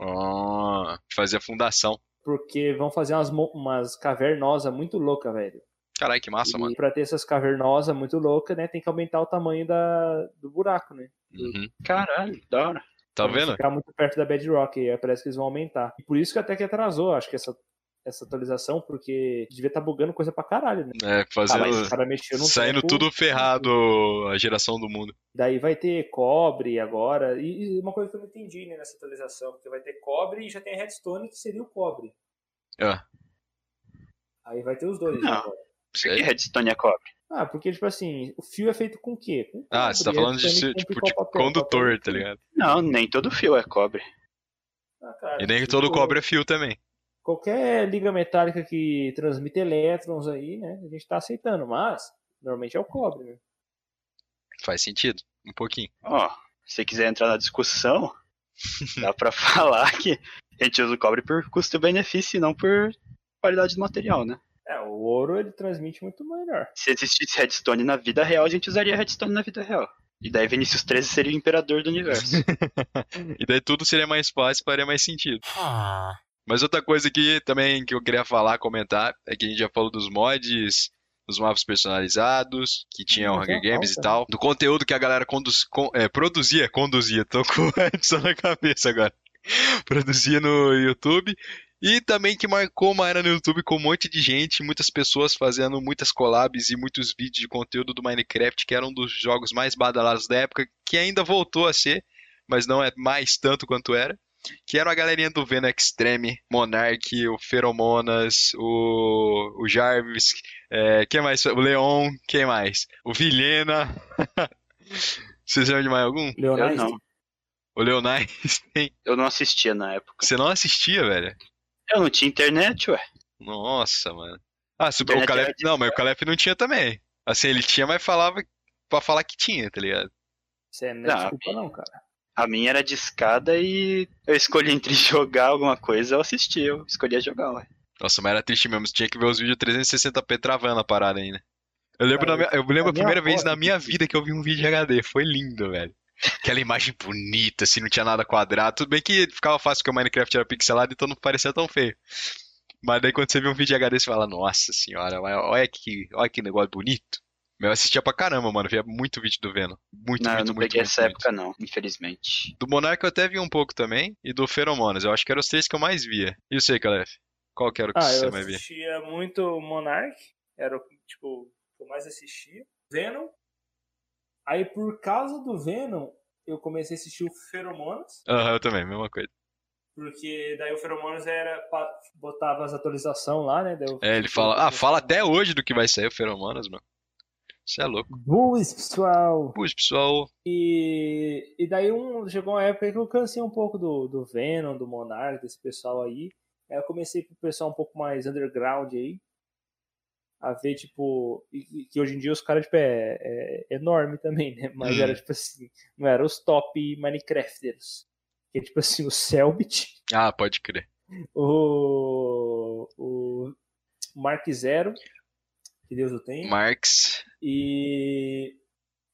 Speaker 2: Ah, fazia fundação.
Speaker 1: Porque vão fazer umas, mo- umas cavernosas muito loucas, velho.
Speaker 2: Caralho, que massa,
Speaker 1: e
Speaker 2: mano.
Speaker 1: pra ter essas cavernosas muito loucas, né? Tem que aumentar o tamanho da, do buraco, né?
Speaker 2: Uhum.
Speaker 3: Caralho, da hora.
Speaker 2: Tá
Speaker 1: Pra não
Speaker 2: vendo?
Speaker 1: Ficar muito perto da Bedrock. E aí parece que eles vão aumentar. E por isso que até que atrasou, acho que essa, essa atualização, porque devia estar bugando coisa pra caralho, né?
Speaker 2: É,
Speaker 1: Ah,
Speaker 2: fazendo.
Speaker 1: mas os caras mexeram no
Speaker 2: saindo
Speaker 1: tempo,
Speaker 2: tudo ferrado a geração do mundo.
Speaker 1: Daí vai ter cobre agora. E e uma coisa que eu não entendi né, nessa atualização, porque vai ter cobre e já tem redstone, que seria o cobre.
Speaker 2: Ah,
Speaker 1: Aí vai ter os dois.
Speaker 3: Não.
Speaker 1: agora.
Speaker 3: E redstone é cobre.
Speaker 1: Ah, porque, tipo assim, o fio é feito com o quê? Com
Speaker 2: Ah, você tá
Speaker 1: cobre,
Speaker 2: falando de,
Speaker 1: redstone
Speaker 2: se-
Speaker 1: com
Speaker 2: tipo,
Speaker 1: pico-
Speaker 2: de
Speaker 1: papel,
Speaker 2: condutor,
Speaker 1: papel.
Speaker 2: tá ligado?
Speaker 3: Não, nem todo fio é cobre.
Speaker 1: Ah, cara,
Speaker 2: E nem que
Speaker 1: tipo,
Speaker 2: todo cobre é fio também.
Speaker 1: Qualquer liga metálica que transmite elétrons aí, né? A gente tá aceitando, mas normalmente é o cobre, né?
Speaker 2: Faz sentido. Um pouquinho.
Speaker 3: Ó, se você quiser entrar na discussão, dá pra falar que a gente usa o cobre por custo-benefício e não por qualidade do material, né?
Speaker 1: É, o ouro ele transmite muito melhor.
Speaker 3: Se existisse redstone na vida real, a gente usaria redstone na vida real. E daí Vinícius 13 seria o imperador do universo.
Speaker 2: E daí tudo seria mais fácil, faria mais sentido. Mas outra coisa que também que eu queria falar, comentar, é que a gente já falou dos mods, dos mapas personalizados, que tinham
Speaker 1: Ah,
Speaker 2: Hunger
Speaker 1: tem a
Speaker 2: Games e
Speaker 1: falta,
Speaker 2: tal, do conteúdo que a galera conduz, con- é, produzia, conduzia, tô com isso na cabeça agora. Produzia no YouTube. E também que marcou uma era no YouTube com um monte de gente, muitas pessoas fazendo muitas collabs e muitos vídeos de conteúdo do Minecraft, que era um dos jogos mais badalados da época, que ainda voltou a ser, mas não é mais tanto quanto era. Que era a galerinha do Venom Extreme, Monark, o Feromonas, o, o Jarvis, é, quem mais? O Leon, quem mais? O Vilhena. Vocês lembram de mais algum?
Speaker 1: Leonardo,
Speaker 3: não.
Speaker 2: O Leonais tem.
Speaker 3: Eu não assistia na época.
Speaker 2: Você não assistia, velho?
Speaker 3: Eu não tinha internet, ué.
Speaker 2: Nossa, mano. Ah, se, o
Speaker 3: Internet
Speaker 2: Calef.
Speaker 3: era de-
Speaker 2: Não, mas o Calef não tinha também. Assim, ele tinha, mas falava pra falar que tinha, tá ligado?
Speaker 1: Você não,
Speaker 3: Não.
Speaker 1: é desculpa, não, cara.
Speaker 3: A minha era de escada e eu escolhi entre jogar alguma coisa ou assistir. Eu escolhia jogar, ué.
Speaker 2: Nossa, mas era triste mesmo. Você tinha que ver os vídeos 360p travando a parada ainda. Eu lembro,
Speaker 1: Cara,
Speaker 2: na minha- eu lembro
Speaker 1: a minha
Speaker 2: a primeira vez
Speaker 1: avó- é
Speaker 2: na minha vida que eu vi um vídeo HD. Foi lindo, velho. Aquela imagem bonita, assim, não tinha nada quadrado. Tudo bem que ficava fácil porque o Minecraft era pixelado, então não parecia tão feio. Mas daí quando você vê um vídeo HD, você fala, nossa senhora, mas olha que, olha que negócio bonito. Meu, eu assistia pra caramba, mano. Via muito vídeo do Venom. Muito,
Speaker 3: Não, eu
Speaker 2: muito,
Speaker 3: não
Speaker 2: muito,
Speaker 3: peguei
Speaker 2: muito,
Speaker 3: essa
Speaker 2: muito.
Speaker 3: época, não, infelizmente.
Speaker 2: Do Monarca eu até vi um pouco também. E do Feromonas. Eu acho que eram os três que eu mais via. E eu sei, Calef. Qual que era o que
Speaker 1: Ah,
Speaker 2: você
Speaker 1: eu
Speaker 2: mais via?
Speaker 1: assistia muito Monark, era o que, tipo, que eu mais assistia. Venom. Aí por causa do Venom, eu comecei a assistir o Feromonas.
Speaker 2: Aham, eu também, mesma coisa.
Speaker 1: Porque daí o Feromonas era. pa- botava as atualizações lá, né? Daí eu-
Speaker 2: "Ah, É, ele fala. Ah, fala até hoje do que vai sair o Feromonas, mano. Você é louco.
Speaker 1: Boas, pessoal.
Speaker 2: Pois, pessoal,
Speaker 1: E, e daí um, chegou uma época que eu cansei um pouco do, do Venom, do Monarch, desse pessoal aí. Aí eu comecei pro pessoal um pouco mais underground aí. A ver, tipo. e- e que hoje em dia os caras, tipo, é, é enorme também, né? Mas
Speaker 2: Hum.
Speaker 1: era, tipo assim. Não era os top Minecrafters. Que é, tipo assim, o Selbit.
Speaker 2: Ah, pode crer.
Speaker 1: o, o Mark Zero, que Deus o tenha,
Speaker 2: Marx.
Speaker 1: e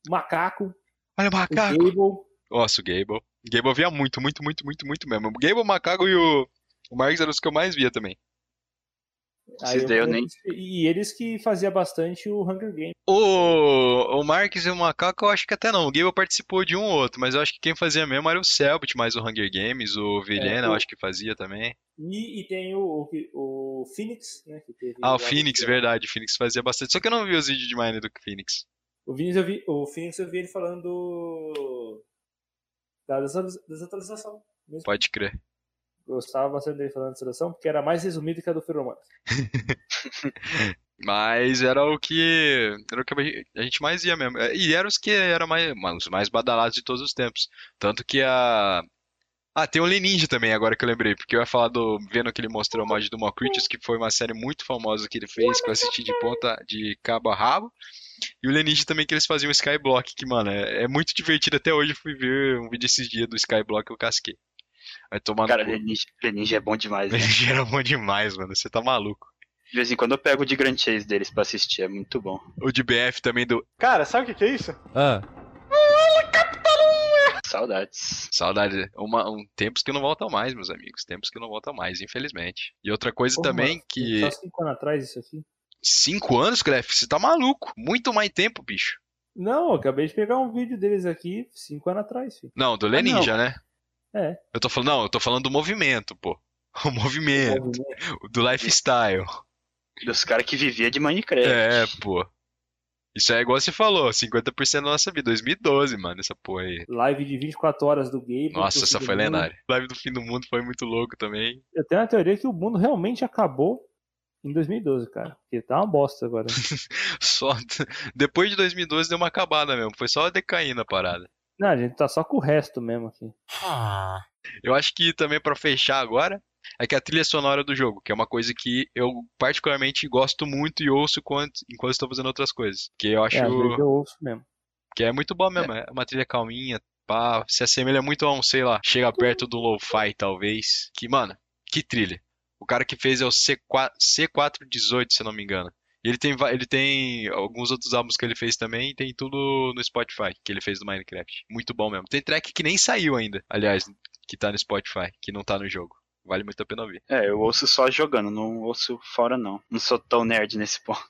Speaker 1: Macaco,
Speaker 2: Olha o
Speaker 1: o
Speaker 2: macaco.
Speaker 1: Gable,
Speaker 2: Nossa, o Gable. Gable eu via muito, muito, muito, muito, muito mesmo. O Gable, o macaco e o. O Marx eram os que eu mais via também.
Speaker 1: aí
Speaker 3: Esses daí eu nem-
Speaker 1: e eles que faziam bastante o Hunger Games.
Speaker 2: O, o Marx e o Macaco, eu acho que até não. O Gable participou de um ou outro, mas eu acho que quem fazia mesmo era o Selbit, mais o Hunger Games, o Vilhena,
Speaker 1: É,
Speaker 2: eu
Speaker 1: o-
Speaker 2: acho que fazia também.
Speaker 1: E, e tem o, o, que- o Phoenix, né? Que teve
Speaker 2: Ah, o
Speaker 1: lá-
Speaker 2: Phoenix, verdade, o Phoenix fazia bastante. Só que eu não vi os vídeos de Mine do Phoenix.
Speaker 1: O, Phoenix eu vi, o Phoenix eu vi ele falando do- da desa- desatualização.
Speaker 2: Pode crer.
Speaker 1: Gostava bastante dele falando da seleção, porque era mais resumido que a do Feromano.
Speaker 2: Mas era o que, era o que a gente mais ia mesmo. E eram os que eram mais, os mais badalados de todos os tempos. Tanto que a. Ah, tem o Leninja também, agora que eu lembrei, porque eu ia falar do. Vendo que ele mostrou o mod do Mall Creatures, que foi uma série muito famosa que ele fez, que eu assisti de ponta de cabo a rabo. E o Leninja também que eles faziam o Skyblock, que, mano, é, é muito divertido até hoje. Eu fui ver um vídeo esses dias do Skyblock que eu casquei. Vai tomar no
Speaker 3: Cara,
Speaker 2: cu.
Speaker 3: Leninja, Leninja é bom demais, né?
Speaker 2: Leninja era bom demais, mano. Você tá maluco.
Speaker 3: De vez em quando eu pego o de Grand Chase deles pra assistir, é muito bom.
Speaker 2: O de BF também do.
Speaker 4: Cara, sabe o que que é isso?
Speaker 5: Ah.
Speaker 3: Saudades.
Speaker 2: Saudade. Uma, um, tempos que não voltam mais, meus amigos. Tempos que não voltam mais, infelizmente. E outra coisa
Speaker 1: Porra,
Speaker 2: também
Speaker 1: mano, então
Speaker 2: que.
Speaker 1: Só cinco anos atrás isso aqui.
Speaker 2: Cinco anos, Gref, você tá maluco. Muito mais tempo, bicho.
Speaker 1: Não, eu acabei de pegar um vídeo deles aqui cinco anos atrás, filho.
Speaker 2: Não, do Leninja, né?
Speaker 1: Ah, É.
Speaker 2: Eu tô falando, não, eu tô falando do movimento, pô. O movimento,
Speaker 1: Movimento.
Speaker 2: do lifestyle.
Speaker 3: Dos caras que vivia de Minecraft.
Speaker 2: É, pô. Isso é igual você falou, 50% da nossa vida, 2012, mano, essa porra aí.
Speaker 1: Live de 24 horas do Gabe.
Speaker 2: Nossa,
Speaker 1: do
Speaker 2: essa
Speaker 1: Fim do
Speaker 2: foi
Speaker 1: Mundo.
Speaker 2: lendária. Live do fim do mundo foi muito louco também.
Speaker 1: Eu tenho uma teoria que o mundo realmente acabou em 2012, cara. Porque tá uma bosta agora.
Speaker 2: Só depois de 2012 deu uma acabada mesmo, foi só decaindo a parada.
Speaker 1: Não, a gente tá só com o resto mesmo aqui.
Speaker 2: Eu acho que também pra fechar agora é que a trilha sonora do jogo, que é uma coisa que eu particularmente gosto muito e ouço quando, enquanto estou fazendo outras coisas. Que eu acho
Speaker 1: É, às vezes eu ouço mesmo.
Speaker 2: que é muito bom mesmo. É uma trilha calminha, pá, se assemelha muito a um, sei lá, chega perto do lo-fi, talvez. Que, mano, que trilha. O cara que fez é o C4, C418, se eu não me engano. E ele tem, va- ele tem alguns outros álbuns que ele fez também, e tem tudo no Spotify, que ele fez do Minecraft. Muito bom mesmo. Tem track que nem saiu ainda, aliás, que tá no Spotify, que não tá no jogo. Vale muito a pena ouvir.
Speaker 3: É, eu ouço só jogando, não ouço fora não. Não sou tão nerd nesse ponto.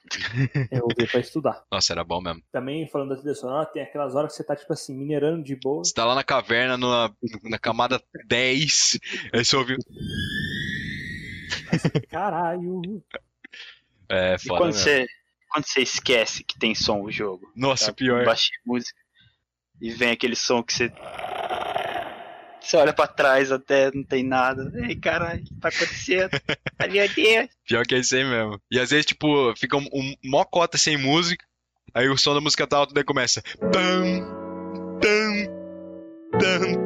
Speaker 1: Eu ouvi pra estudar.
Speaker 2: Nossa, era bom mesmo.
Speaker 1: Também, falando da trilha sonora, tem aquelas horas que você tá, tipo assim, minerando de boa.
Speaker 2: Você tá lá na caverna, numa- na camada 10, aí você ouve.
Speaker 1: Caralho.
Speaker 2: É,
Speaker 3: E
Speaker 2: foda
Speaker 3: quando
Speaker 2: mesmo.
Speaker 3: você, quando você esquece que tem som o jogo?
Speaker 2: Nossa,
Speaker 3: sabe?
Speaker 2: pior.
Speaker 3: Baixei música e vem aquele som que você... Você olha pra trás até, não tem nada. Ei, caralho, o que tá acontecendo? Ai, meu Deus.
Speaker 2: Pior que é isso aí mesmo. E às vezes, tipo, fica um, um mó cota sem música, aí o som da música tá alto, daí começa. Tam, tam, tam,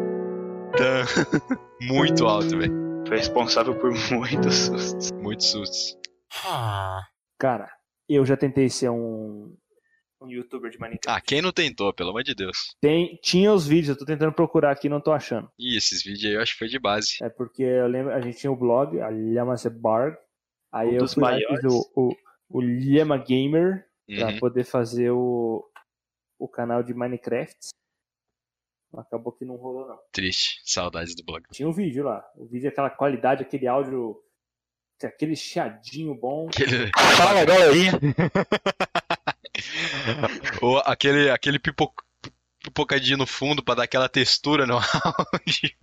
Speaker 2: tam. Muito alto, velho.
Speaker 3: Foi responsável por muitos sustos.
Speaker 2: Muito susto.
Speaker 1: Cara, eu já tentei ser um. Um youtuber de Minecraft.
Speaker 2: Ah, quem não tentou, pelo amor de Deus.
Speaker 1: Tem, tinha os vídeos, eu tô tentando procurar aqui, não tô achando.
Speaker 2: Ih, esses vídeos aí eu acho que foi de base.
Speaker 1: É porque eu lembro, a gente tinha o blog, a Lhama Barg. Aí
Speaker 3: Um
Speaker 1: eu
Speaker 3: dos
Speaker 1: fui lá e fiz
Speaker 3: maiores.
Speaker 1: o, o, o Lhama Gamer pra
Speaker 2: Uhum.
Speaker 1: poder fazer o, o canal de Minecraft. Acabou que não rolou, não.
Speaker 2: Triste. Saudades do blog.
Speaker 1: Tinha um vídeo lá. O vídeo, aquela qualidade, aquele áudio, aquele chiadinho bom.
Speaker 2: Aquele,
Speaker 3: Fala, galerinha.
Speaker 2: ou aquele, aquele pipo- pipocadinho no fundo pra dar aquela textura no áudio.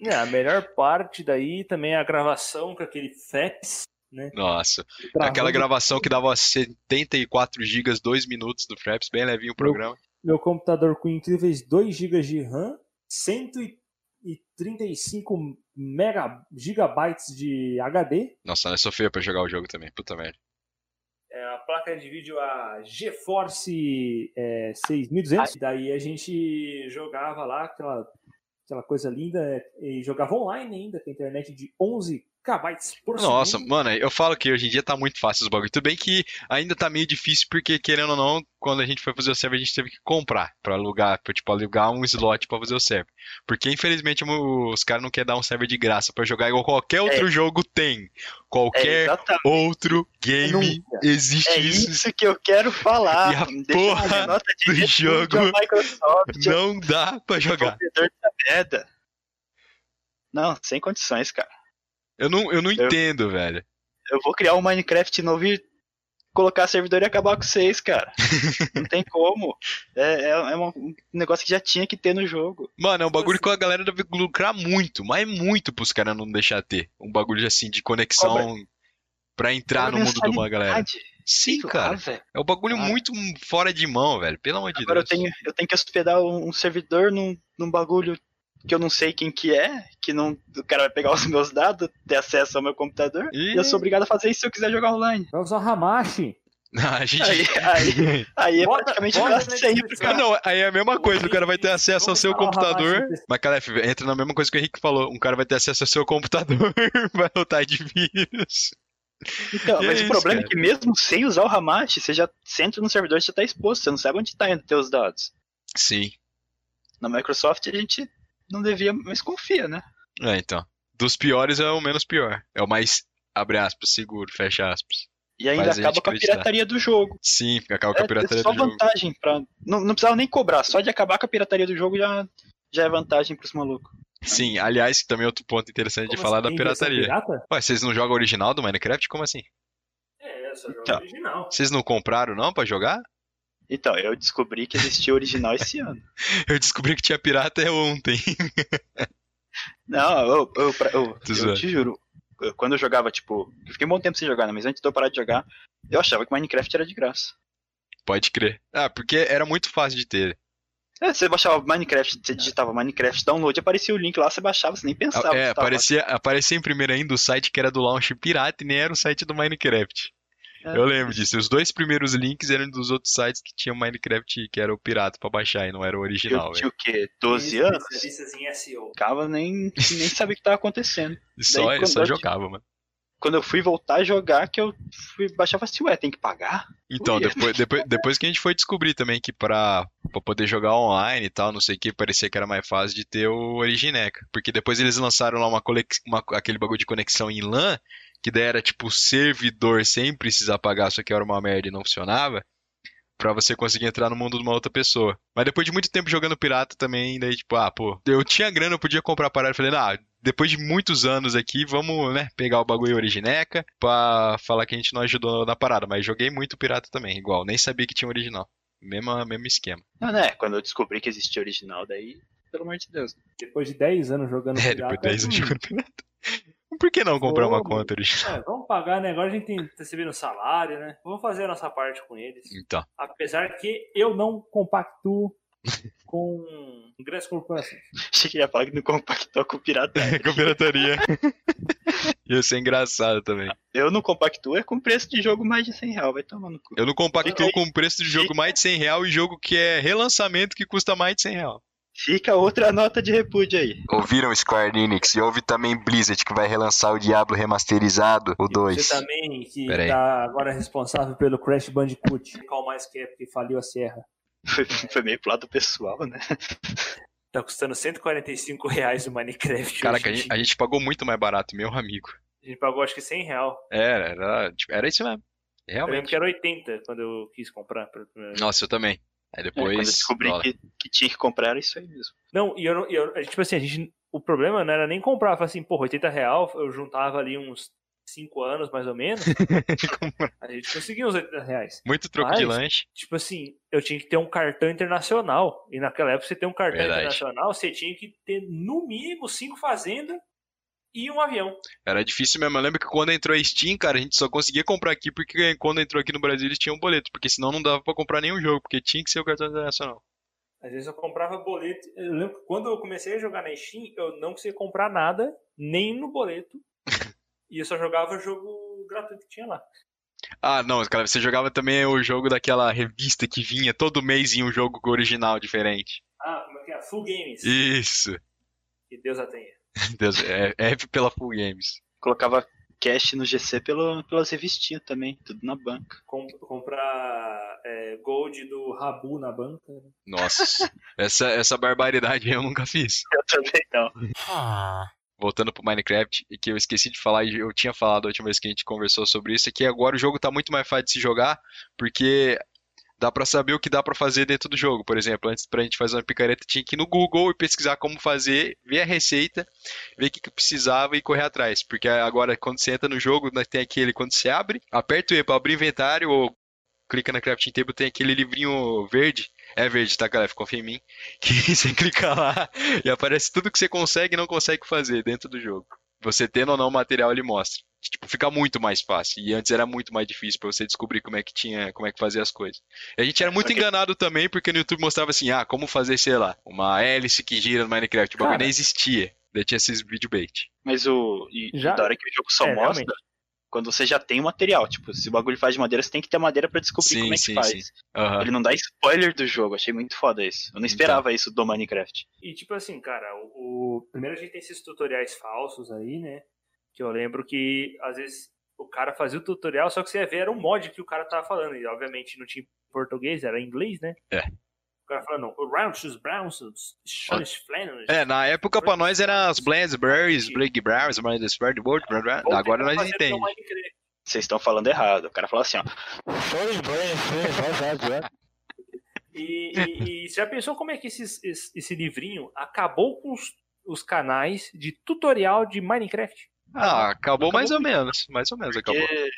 Speaker 1: É, a melhor parte daí também é a gravação com aquele FAPS.
Speaker 2: Nossa. Aquela gravação que dava 74 GB, 2 minutos do Fraps, bem levinho o programa.
Speaker 1: Meu computador com incríveis 2 GB de RAM, 135 mega, gigabytes de HD.
Speaker 2: Nossa, nós sofreu pra jogar o jogo também, puta merda.
Speaker 1: é, a placa de vídeo a GeForce é, 6200. Daí a gente jogava lá aquela, aquela coisa linda é, e jogava online ainda com a internet de 11 KB por
Speaker 2: Nossa,
Speaker 1: segundo.
Speaker 2: mano, eu falo que hoje em dia tá muito fácil os bagulhos. Tudo bem que ainda tá meio difícil, porque querendo ou não, quando a gente foi fazer o server, a gente teve que comprar pra alugar, pra, tipo, alugar um slot pra fazer o server. Porque infelizmente mo- os caras não querem dar um server de graça pra jogar igual qualquer outro jogo tem.
Speaker 3: É
Speaker 2: Qualquer
Speaker 3: exatamente
Speaker 2: outro game
Speaker 1: Nunca.
Speaker 2: existe
Speaker 3: é
Speaker 2: isso.
Speaker 3: isso que eu quero falar.
Speaker 2: E a
Speaker 3: Deixa
Speaker 2: porra
Speaker 3: uma nota
Speaker 2: do
Speaker 3: repúdio
Speaker 2: jogo
Speaker 3: à Microsoft, ao
Speaker 2: Não dá pra jogar.
Speaker 3: desenvolvedor dessa merda. Não, sem condições, cara.
Speaker 2: Eu não, eu não entendo, velho.
Speaker 3: Eu vou criar um Minecraft novo e colocar servidor e acabar com vocês, cara. Não tem como. É, é, é uma- um negócio que já tinha que ter no jogo.
Speaker 2: Mano, é um bagulho que a galera deve lucrar muito, mas é muito pros caras não deixar ter. Um bagulho assim de conexão pra entrar
Speaker 3: Cobra
Speaker 2: no mundo de uma
Speaker 3: mensalidade,
Speaker 2: galera. É. Sim,
Speaker 3: sei lá,
Speaker 2: cara.
Speaker 3: Ah, velho.
Speaker 2: É um bagulho
Speaker 3: Ah.
Speaker 2: muito fora de mão, velho. Pelo amor de
Speaker 3: Agora eu
Speaker 2: Deus.
Speaker 3: tenho, eu tenho que hospedar um, um servidor num, num bagulho que eu não sei quem que é, que não, o cara vai pegar os meus dados, ter acesso ao meu computador,
Speaker 2: Ih.
Speaker 3: e eu sou obrigado a fazer isso se eu quiser jogar online.
Speaker 1: Vai usar Hamashi.
Speaker 2: Ah, a gente.
Speaker 3: Aí, aí, aí é
Speaker 1: Bota-
Speaker 3: praticamente
Speaker 1: bota na
Speaker 3: gracei pro
Speaker 1: descrição.
Speaker 2: Ah,
Speaker 3: cara.
Speaker 2: não, aí é a mesma coisa, o cara vai ter acesso ao seu
Speaker 1: Vamos falar
Speaker 2: computador.
Speaker 1: bastante.
Speaker 2: Mas, Calef, entra na mesma coisa que o Henrique falou. Um cara vai ter acesso ao seu computador, vai lotar de vírus.
Speaker 3: Então,
Speaker 2: Que
Speaker 3: mas
Speaker 2: isso,
Speaker 3: o problema
Speaker 2: cara?
Speaker 3: é que mesmo sem usar o Hamashi, você já você entra no servidor, você já tá exposto, você não sabe onde tá indo teus dados.
Speaker 2: Sim.
Speaker 3: Na Microsoft a gente não devia, mas confia, né?
Speaker 2: É, então. Dos piores é o menos pior. É o mais, abre aspas, seguro, fecha aspas.
Speaker 3: E ainda
Speaker 2: Faz a gente
Speaker 3: acaba com a
Speaker 2: acreditar.
Speaker 3: pirataria do jogo.
Speaker 2: Sim, acaba com a pirataria
Speaker 3: é só
Speaker 2: do jogo.
Speaker 3: vantagem pra. Não, não precisava nem cobrar, só de acabar com a pirataria do jogo já, já é vantagem pros malucos.
Speaker 2: Sim, aliás, também é outro ponto interessante de
Speaker 1: Como
Speaker 2: falar
Speaker 1: assim,
Speaker 2: da
Speaker 1: tem versão
Speaker 2: pirataria.
Speaker 1: pirata?
Speaker 2: Ué, vocês não jogam o original do Minecraft? Como assim?
Speaker 1: É, essa jogo
Speaker 3: Então.
Speaker 1: original.
Speaker 2: Vocês não compraram não pra jogar?
Speaker 3: Então, eu descobri que existia o original esse ano.
Speaker 2: Eu descobri que tinha pirata é ontem.
Speaker 3: Não, eu, eu, pra- eu,
Speaker 2: Tô
Speaker 3: eu
Speaker 2: zoando.
Speaker 3: te juro. eu- Quando eu jogava, tipo, eu fiquei um bom tempo sem jogar, né? Mas antes de eu parar de jogar, eu achava que Minecraft era de graça.
Speaker 2: Pode crer. Ah, porque era muito fácil de ter.
Speaker 3: É, você baixava Minecraft, você digitava Minecraft download, aparecia o link lá, você baixava, você nem pensava.
Speaker 2: é,
Speaker 3: que tá tava-
Speaker 2: aparecia, aparecia em primeiro ainda o site que era do launch pirata e nem era o site do Minecraft.
Speaker 3: É.
Speaker 2: Eu lembro disso. Os dois primeiros links eram dos outros sites que tinha o Minecraft, que era o pirata pra baixar e não é. era o original,
Speaker 3: Eu
Speaker 2: velho.
Speaker 3: tinha o quê? 12 anos?
Speaker 1: Especialistas em SEO.
Speaker 3: Ficava nem, nem sabia o que tava acontecendo.
Speaker 2: E Só,
Speaker 3: daí quando
Speaker 2: só
Speaker 3: eu-
Speaker 2: jogava, mano.
Speaker 3: quando eu fui voltar a jogar, que eu fui baixar e falei assim, ué, tem que pagar?
Speaker 2: Então,
Speaker 3: Uia.
Speaker 2: depois, depois, depois que a gente foi descobrir também que pra, pra poder jogar online e tal, não sei o que, parecia que era mais fácil de ter o Origineca. Porque depois eles lançaram lá uma, colex- uma- aquele bagulho de conexão em LAN, que daí era tipo servidor sem precisar pagar, só que era uma merda e não funcionava, pra você conseguir entrar no mundo de uma outra pessoa. Mas depois de muito tempo jogando pirata também, daí tipo, ah, pô, eu tinha grana, eu podia comprar a parada, eu falei, ah, depois de muitos anos aqui, vamos, né, pegar o bagulho origineca pra falar que a gente não ajudou na parada. Mas joguei muito pirata também, igual. Nem sabia que tinha original. Mesmo, mesmo esquema.
Speaker 3: Não, né? Quando eu descobri que existia original, daí, pelo amor de Deus.
Speaker 1: Depois de 10 anos jogando
Speaker 2: É, depois de 10 anos jogando pirata. Por que não comprar uma
Speaker 1: Fogo.
Speaker 2: conta original?
Speaker 1: É, vamos pagar, né? Agora a gente tem tá recebendo salário, né? Vamos fazer a nossa parte com eles.
Speaker 2: Então,
Speaker 1: Apesar que eu não compactuo com grandes corporações.
Speaker 3: Achei que ia falar que não compactou com o pirata.
Speaker 2: é com pirataria. Ia ser engraçado também.
Speaker 3: Eu não compactuo, é com preço de jogo mais de 100 reais, vai tomar no cu.
Speaker 2: Eu não compactuo
Speaker 3: Fica aí.
Speaker 2: com o preço de jogo mais de 100 real e jogo que é relançamento que custa mais de 100 real.
Speaker 3: Fica outra nota de repúdio aí.
Speaker 2: Ouviram Square Enix e houve também Blizzard que vai relançar o Diablo remasterizado, o
Speaker 1: Você também, que
Speaker 2: Pera aí.
Speaker 1: tá agora responsável pelo Crash Bandicoot. Qual mais que é, porque faliu a Sierra.
Speaker 3: Foi, foi meio pro lado pessoal, né?
Speaker 1: Tá custando 145 reais o Minecraft.
Speaker 2: Caraca,
Speaker 1: hoje
Speaker 2: a
Speaker 1: em
Speaker 2: gente,
Speaker 1: dia.
Speaker 2: a gente pagou muito mais barato, meu amigo.
Speaker 1: a gente pagou acho que 100 real.
Speaker 2: Era, era, tipo, era isso mesmo.
Speaker 1: Eu lembro
Speaker 2: Realmente.
Speaker 1: que era 80 quando eu quis comprar pela primeira vez.
Speaker 2: Nossa, eu também. Aí
Speaker 3: É, Quando eu
Speaker 2: depois.
Speaker 3: descobri
Speaker 2: dólar.
Speaker 3: que, que tinha que comprar, era isso aí mesmo.
Speaker 1: Não, e eu, não- e eu- tipo assim, a gente, o problema não era nem comprar, eu falei assim, porra, 80 real, eu juntava ali uns 5 anos mais ou menos, a gente conseguia uns 80 reais.
Speaker 2: Muito troco de
Speaker 1: Mas-
Speaker 2: lanche.
Speaker 1: Tipo assim, eu tinha que ter um cartão internacional, e naquela época você ter um cartão
Speaker 2: Verdade.
Speaker 1: internacional, você tinha que ter no mínimo 5 fazendas e um avião.
Speaker 2: Era difícil mesmo. Eu lembro que quando entrou a Steam, cara, a gente só conseguia comprar aqui porque quando entrou aqui no Brasil eles tinham um boleto. Porque senão não dava pra comprar nenhum jogo, porque tinha que ser o cartão internacional.
Speaker 1: Às vezes eu comprava boleto, eu lembro que quando eu comecei a jogar na Steam, eu não conseguia comprar nada, nem no boleto, e eu só jogava jogo gratuito que tinha lá.
Speaker 2: Ah, não, cara, você jogava também o jogo daquela revista que vinha todo mês em um jogo original diferente.
Speaker 1: Ah, como é que é? Full Games.
Speaker 2: Isso.
Speaker 1: Que Deus a tenha.
Speaker 2: Deus, é, é pela Full Games.
Speaker 3: Colocava cash no GC pelo, pelas revistinhas também, tudo na banca.
Speaker 1: Com- comprar é, gold do Rabu na banca. né?
Speaker 2: Nossa, essa, essa barbaridade eu nunca fiz.
Speaker 3: Eu também não.
Speaker 2: Voltando pro Minecraft, e que eu esqueci de falar, e eu tinha falado a última vez que a gente conversou sobre isso, é que agora o jogo tá muito mais fácil de se jogar, porque dá pra saber o que dá pra fazer dentro do jogo. Por exemplo, antes pra gente fazer uma picareta, tinha que ir no Google e pesquisar como fazer, ver a receita, ver o que, que precisava e correr atrás. Porque agora, quando você entra no jogo, né, tem aquele, quando você abre, aperta o E pra abrir inventário, ou clica na crafting table, tem aquele livrinho verde. É verde, tá, galera? Confia em mim. Que você clica lá e aparece tudo que você consegue e não consegue fazer dentro do jogo. Você tendo ou não o material, ele mostra. Tipo, fica muito mais fácil. E antes era muito mais difícil pra você descobrir como é que tinha, como é que fazia as coisas. E a gente era muito
Speaker 3: Só que-
Speaker 2: enganado também, porque no YouTube mostrava assim, ah, como fazer, sei lá, uma hélice que gira no Minecraft. O bagulho
Speaker 1: Cara.
Speaker 2: nem existia. Daí tinha esses vídeo bait.
Speaker 3: Mas o. E, e
Speaker 1: Já-
Speaker 3: da hora que o jogo só
Speaker 1: É,
Speaker 3: mostra,
Speaker 1: realmente.
Speaker 3: quando você já tem o material. Tipo, se o bagulho faz de madeira, você tem que ter madeira pra descobrir
Speaker 2: Sim,
Speaker 3: como é que
Speaker 2: sim,
Speaker 3: faz.
Speaker 2: sim. Ah. Então. Aham.
Speaker 3: Ele não dá spoiler do jogo, achei muito foda isso. Eu não esperava isso do Minecraft.
Speaker 1: E tipo assim, cara, o, o- primeiro a gente tem esses tutoriais falsos aí, né? Que eu lembro que às vezes o cara fazia o tutorial, só que você ia ver era um mod que o cara tava falando. E obviamente não tinha em português, era em inglês, né?
Speaker 2: É.
Speaker 1: O cara falando, Rounds, Browns, Shones, Flannels.
Speaker 2: É, na época pra nós era as Blazeberries, Blake Browns, Blazers, Bird, Bird, Bird, Bird.
Speaker 1: Ou um
Speaker 2: Agora
Speaker 1: tentar
Speaker 2: nós
Speaker 1: fazer no
Speaker 2: entendemos.
Speaker 1: Minecraft.
Speaker 3: Vocês estão falando errado. O cara fala assim, ó.
Speaker 1: E, e- e você já pensou como é que esses- esse, esse livrinho acabou com os, os canais de tutorial de Minecraft?
Speaker 2: Ah, acabou
Speaker 3: Acabou
Speaker 2: mais ou menos. Mais ou menos acabou.
Speaker 3: Porque...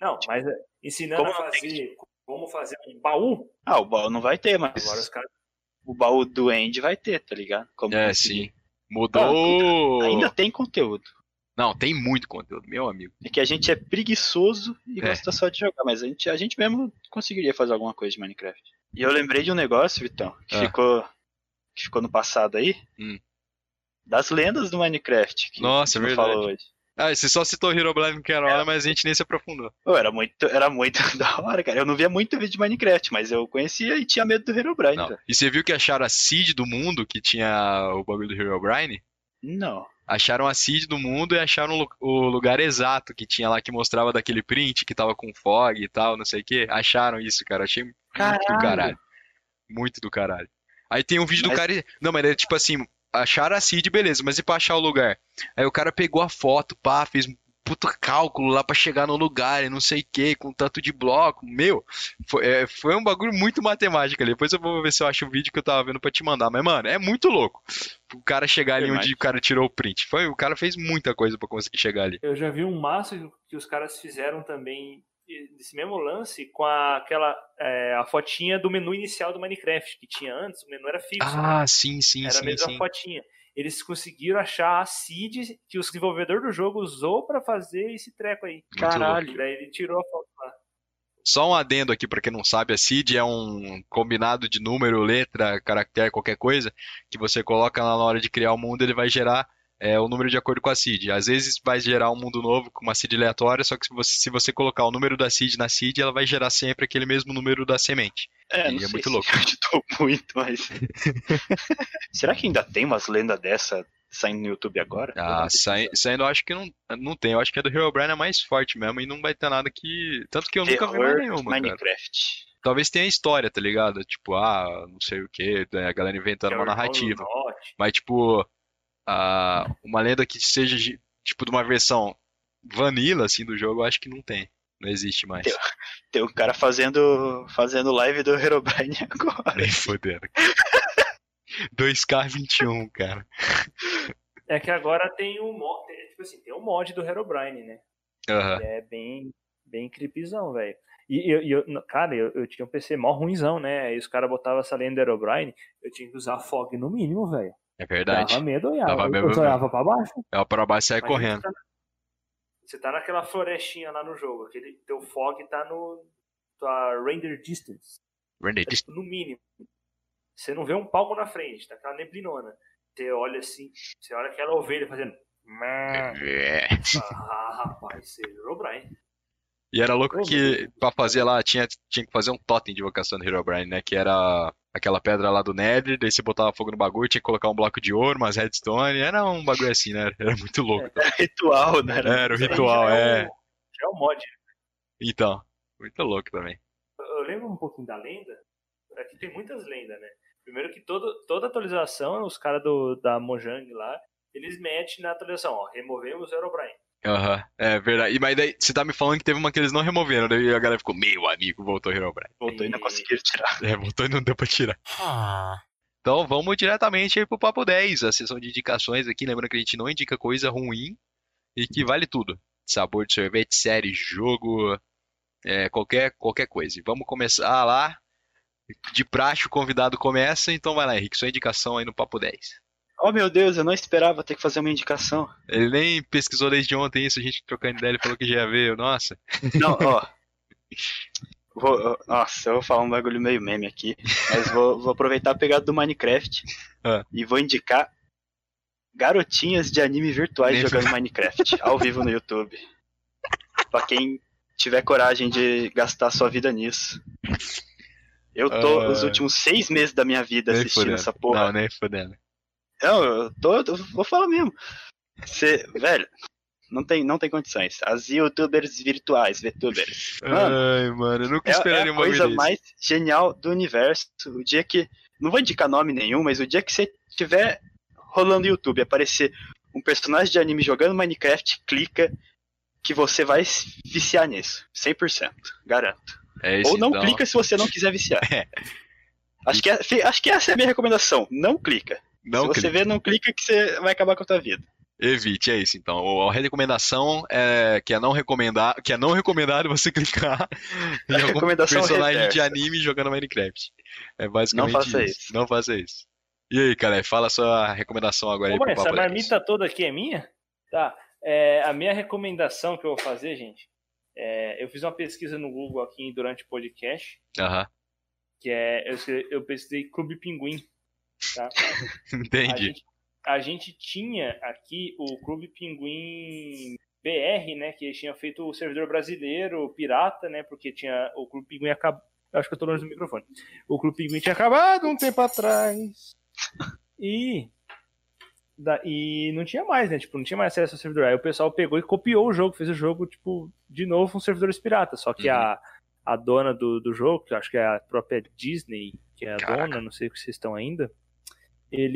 Speaker 1: Não,
Speaker 2: Tipo,
Speaker 1: mas é, ensinando
Speaker 3: Como
Speaker 1: a
Speaker 3: não tem
Speaker 1: fazer como fazer um baú,
Speaker 3: Ah, o baú não vai ter, mas
Speaker 1: agora os caras.
Speaker 3: o baú do End vai ter, tá ligado? Como
Speaker 2: É,
Speaker 3: conseguir.
Speaker 2: sim. Mudou.
Speaker 3: Ainda tem conteúdo.
Speaker 2: Não, tem muito conteúdo, meu amigo.
Speaker 3: É que a gente é preguiçoso e
Speaker 2: É.
Speaker 3: gosta só de jogar, mas a gente, a gente mesmo conseguiria fazer alguma coisa de Minecraft. E eu lembrei de um negócio, Vitão, que,
Speaker 2: Ah.
Speaker 3: ficou, que ficou no passado aí.
Speaker 2: Hum.
Speaker 3: Das lendas do Minecraft. Que
Speaker 2: Nossa,
Speaker 3: a gente não
Speaker 2: verdade.
Speaker 3: Falou hoje.
Speaker 2: Ah, você só citou Herobrine que era hora, mas a gente nem se aprofundou.
Speaker 3: Pô, era muito, era muito da hora, cara. Eu não via muito vídeo de Minecraft, mas eu conhecia e tinha medo do Herobrine,
Speaker 2: Não.
Speaker 3: cara.
Speaker 2: E você viu que acharam a Seed do mundo, que tinha o bagulho do Herobrine?
Speaker 3: Não.
Speaker 2: Acharam a Seed do mundo e acharam o lu- o lugar exato que tinha lá, que mostrava daquele print, que tava com fog e tal, não sei o quê. Acharam isso, cara. Achei muito do
Speaker 3: Caralho.
Speaker 2: caralho. Muito do caralho. Aí tem um vídeo do
Speaker 3: Mas-
Speaker 2: cara. e- Não, mas é tipo assim, acharam a Seed, beleza, mas e pra achar o lugar? Aí o cara pegou a foto, pá, fez um puta cálculo lá pra chegar no lugar e não sei o que, com tanto de bloco. Meu, foi, é, foi um bagulho muito matemático ali. Depois eu vou ver se eu acho o vídeo que eu tava vendo pra te mandar. Mas, mano, é muito louco. O cara chegar ali
Speaker 3: Demais.
Speaker 2: onde o cara tirou o print. Foi, o cara fez muita coisa pra conseguir chegar ali.
Speaker 1: Eu já vi um massa que os caras fizeram também eh, desse mesmo lance com a- aquela eh, a fotinha do menu inicial do Minecraft que tinha antes, o menu era fixo. né?
Speaker 2: Ah, sim, sim,
Speaker 1: Era a
Speaker 2: sim,
Speaker 1: mesma
Speaker 2: sim.
Speaker 1: fotinha. Eles conseguiram achar a seed que o desenvolvedor do jogo usou pra fazer esse treco aí.
Speaker 2: Muito louco.
Speaker 1: Caralho. Daí ele tirou a foto lá.
Speaker 2: Só um adendo aqui pra quem não sabe, a seed é um combinado de número, letra, caractere, qualquer coisa que você coloca lá na hora de criar o mundo, ele vai gerar é, o número de acordo com a seed. Às vezes vai gerar um mundo novo com uma seed aleatória, só que se você, se você colocar o número da seed na seed, ela vai gerar sempre aquele mesmo número da semente.
Speaker 3: É,
Speaker 2: E
Speaker 3: não
Speaker 2: é
Speaker 3: sei
Speaker 2: muito
Speaker 3: se
Speaker 2: louco.
Speaker 3: ajudou muito, mas. Será que ainda tem umas lendas dessa saindo no YouTube agora?
Speaker 2: Ah, sai- saindo, eu acho que não, não tem. Eu acho que a do Herobrine é mais forte mesmo e não vai ter nada que. Tanto que eu nunca vi mais
Speaker 3: Terror
Speaker 2: nenhuma, cara.
Speaker 3: Minecraft.
Speaker 2: Talvez tenha história, tá ligado? Tipo, ah, não sei o quê, a galera inventando uma
Speaker 1: Que é o irmão do
Speaker 2: narrativa.
Speaker 1: Notch.
Speaker 2: Mas, tipo, a- uma lenda que seja, de- tipo, de uma versão vanilla, assim, do jogo, eu acho que não tem. Não existe mais.
Speaker 3: Eu- Tem um cara fazendo, fazendo live do Herobrine agora.
Speaker 2: Nem fodendo. 2K21, cara.
Speaker 1: É que agora tem um mod, tipo assim, tem um mod do Herobrine, né?
Speaker 2: Aham.
Speaker 1: É bem, bem creepyzão, velho. E eu, e eu- no- cara, eu, eu tinha um PC mó ruimzão, né? Aí os caras botavam essa lenda Herobrine, eu tinha que usar fog no mínimo, velho.
Speaker 2: É verdade. É
Speaker 1: Dava medo, eu olhava.
Speaker 2: Dava
Speaker 1: Eu-
Speaker 2: medo
Speaker 1: eu só olhava pra baixo.
Speaker 2: Ela pra baixo sai
Speaker 1: Imagina
Speaker 2: correndo.
Speaker 1: Você tá, você tá naquela florestinha lá no jogo, aquele teu fog tá no tua render distance,
Speaker 2: Verdade.
Speaker 1: tá, tipo, no mínimo. Você não vê um palmo na frente, tá aquela neblinona. Você olha assim, você olha aquela ovelha fazendo. "Mã".
Speaker 2: É.
Speaker 1: é Ah, rapaz, você virou Brian.
Speaker 2: E era louco
Speaker 1: Ô,
Speaker 2: que pra fazer lá, tinha, tinha que fazer um totem de invocação do Herobrine, né? Que era aquela pedra lá do Nether, daí você botava fogo no bagulho, tinha que colocar um bloco de ouro, umas redstone, era um bagulho assim, né? Era muito
Speaker 1: É,
Speaker 2: louco.
Speaker 3: Ritual, né?
Speaker 2: Era, o
Speaker 1: Isso aí
Speaker 2: ritual,
Speaker 1: já
Speaker 2: é.
Speaker 1: um- já é um mod.
Speaker 2: Então, muito louco também.
Speaker 1: eu lembro um pouquinho da lenda. Aqui tem muitas lendas, né? Primeiro que todo, toda atualização, os caras do- da Mojang lá, eles metem na atualização, ó, removemos o Herobrine.
Speaker 2: Aham, é verdade. E, mas daí, você tá me falando que teve uma que eles não removeram, daí a galera ficou, meu amigo, voltou o Herobrine.
Speaker 3: Voltou e não conseguiram tirar.
Speaker 2: É, voltou e não deu pra tirar.
Speaker 4: Ah,
Speaker 2: Então vamos diretamente aí pro Papo 10, a sessão de indicações aqui, lembrando que a gente não indica coisa ruim e que vale tudo. Sabor de sorvete, série, jogo, é, qualquer, qualquer coisa. E vamos começar lá, de praxe o convidado começa, então vai lá Henrique, sua indicação aí no Papo 10.
Speaker 3: Oh meu Deus, eu não esperava ter que fazer uma indicação.
Speaker 2: Ele nem pesquisou desde ontem isso, a gente trocando ideia, ele falou que já ia ver, eu, nossa.
Speaker 3: Não, ó. Vou- ó, nossa, eu vou falar um bagulho meio meme aqui. Mas vou, vou aproveitar a pegada do Minecraft
Speaker 2: Ah.
Speaker 3: e vou indicar garotinhas de anime virtuais
Speaker 2: Nem-
Speaker 3: jogando Minecraft ao vivo no YouTube. Pra quem tiver coragem de gastar sua vida nisso. Eu tô
Speaker 2: Ah.
Speaker 3: os últimos seis meses da minha vida
Speaker 2: Nem
Speaker 3: assistindo
Speaker 2: fudendo.
Speaker 3: essa porra.
Speaker 2: Não, nem fodendo.
Speaker 3: Não, eu tô, eu vou falar mesmo. Você, velho, não tem, não tem condições. As youtubers virtuais, VTubers. Mano,
Speaker 2: Ai, mano, eu nunca
Speaker 3: É, é
Speaker 2: esperaria
Speaker 3: a
Speaker 2: uma vez
Speaker 3: coisa
Speaker 2: desse.
Speaker 3: mais genial do universo. O dia que. Não vou indicar nome nenhum, mas o dia que você tiver rolando YouTube e aparecer um personagem de anime jogando Minecraft, clica que você vai se viciar nisso. 100%, garanto.
Speaker 2: É isso,
Speaker 3: Ou não
Speaker 2: então.
Speaker 3: clica se você não quiser viciar.
Speaker 2: É.
Speaker 3: Acho que, é- acho que essa é a minha recomendação. Não clica.
Speaker 2: Não
Speaker 3: se você
Speaker 2: clica.
Speaker 3: vê, não clica que você vai acabar com a tua vida.
Speaker 2: Evite, é isso então. O- A recomendação é que é não recomendar, que é não recomendado você clicar em
Speaker 3: A
Speaker 2: algum
Speaker 3: É, recomendação
Speaker 2: personagem de
Speaker 3: reversa.
Speaker 2: anime jogando Minecraft. É basicamente
Speaker 3: Não faça
Speaker 2: isso.
Speaker 3: isso.
Speaker 2: Não faça isso. E aí, cara, fala a sua recomendação agora aí
Speaker 1: Ô, mãe,
Speaker 2: pro
Speaker 1: essa
Speaker 2: Papo Delas.
Speaker 1: marmita toda aqui é minha? Tá. É, a minha recomendação que eu vou fazer, gente, é, eu fiz uma pesquisa no Google aqui durante o podcast,
Speaker 2: Aham,
Speaker 1: que é. Eu, escre- eu pesquisei Clube Pinguim. Tá? A
Speaker 2: entendi.
Speaker 1: gente, a gente tinha aqui o Clube Pinguim BR, né? Que eles tinham feito o servidor brasileiro, pirata, né? Porque tinha. O Clube Pinguim acabou. Acho que eu tô longe do microfone. O Clube Pinguim tinha acabado um tempo atrás. E. da- e não tinha mais, né? Tipo, não tinha mais acesso ao servidor. Aí o pessoal pegou e copiou o jogo, fez o jogo, tipo, de novo com servidores piratas. Só que
Speaker 2: Uhum.
Speaker 1: a, a dona do, do jogo, que eu acho que é a própria Disney, que é a
Speaker 2: Caraca.
Speaker 1: dona, não sei o que vocês estão ainda,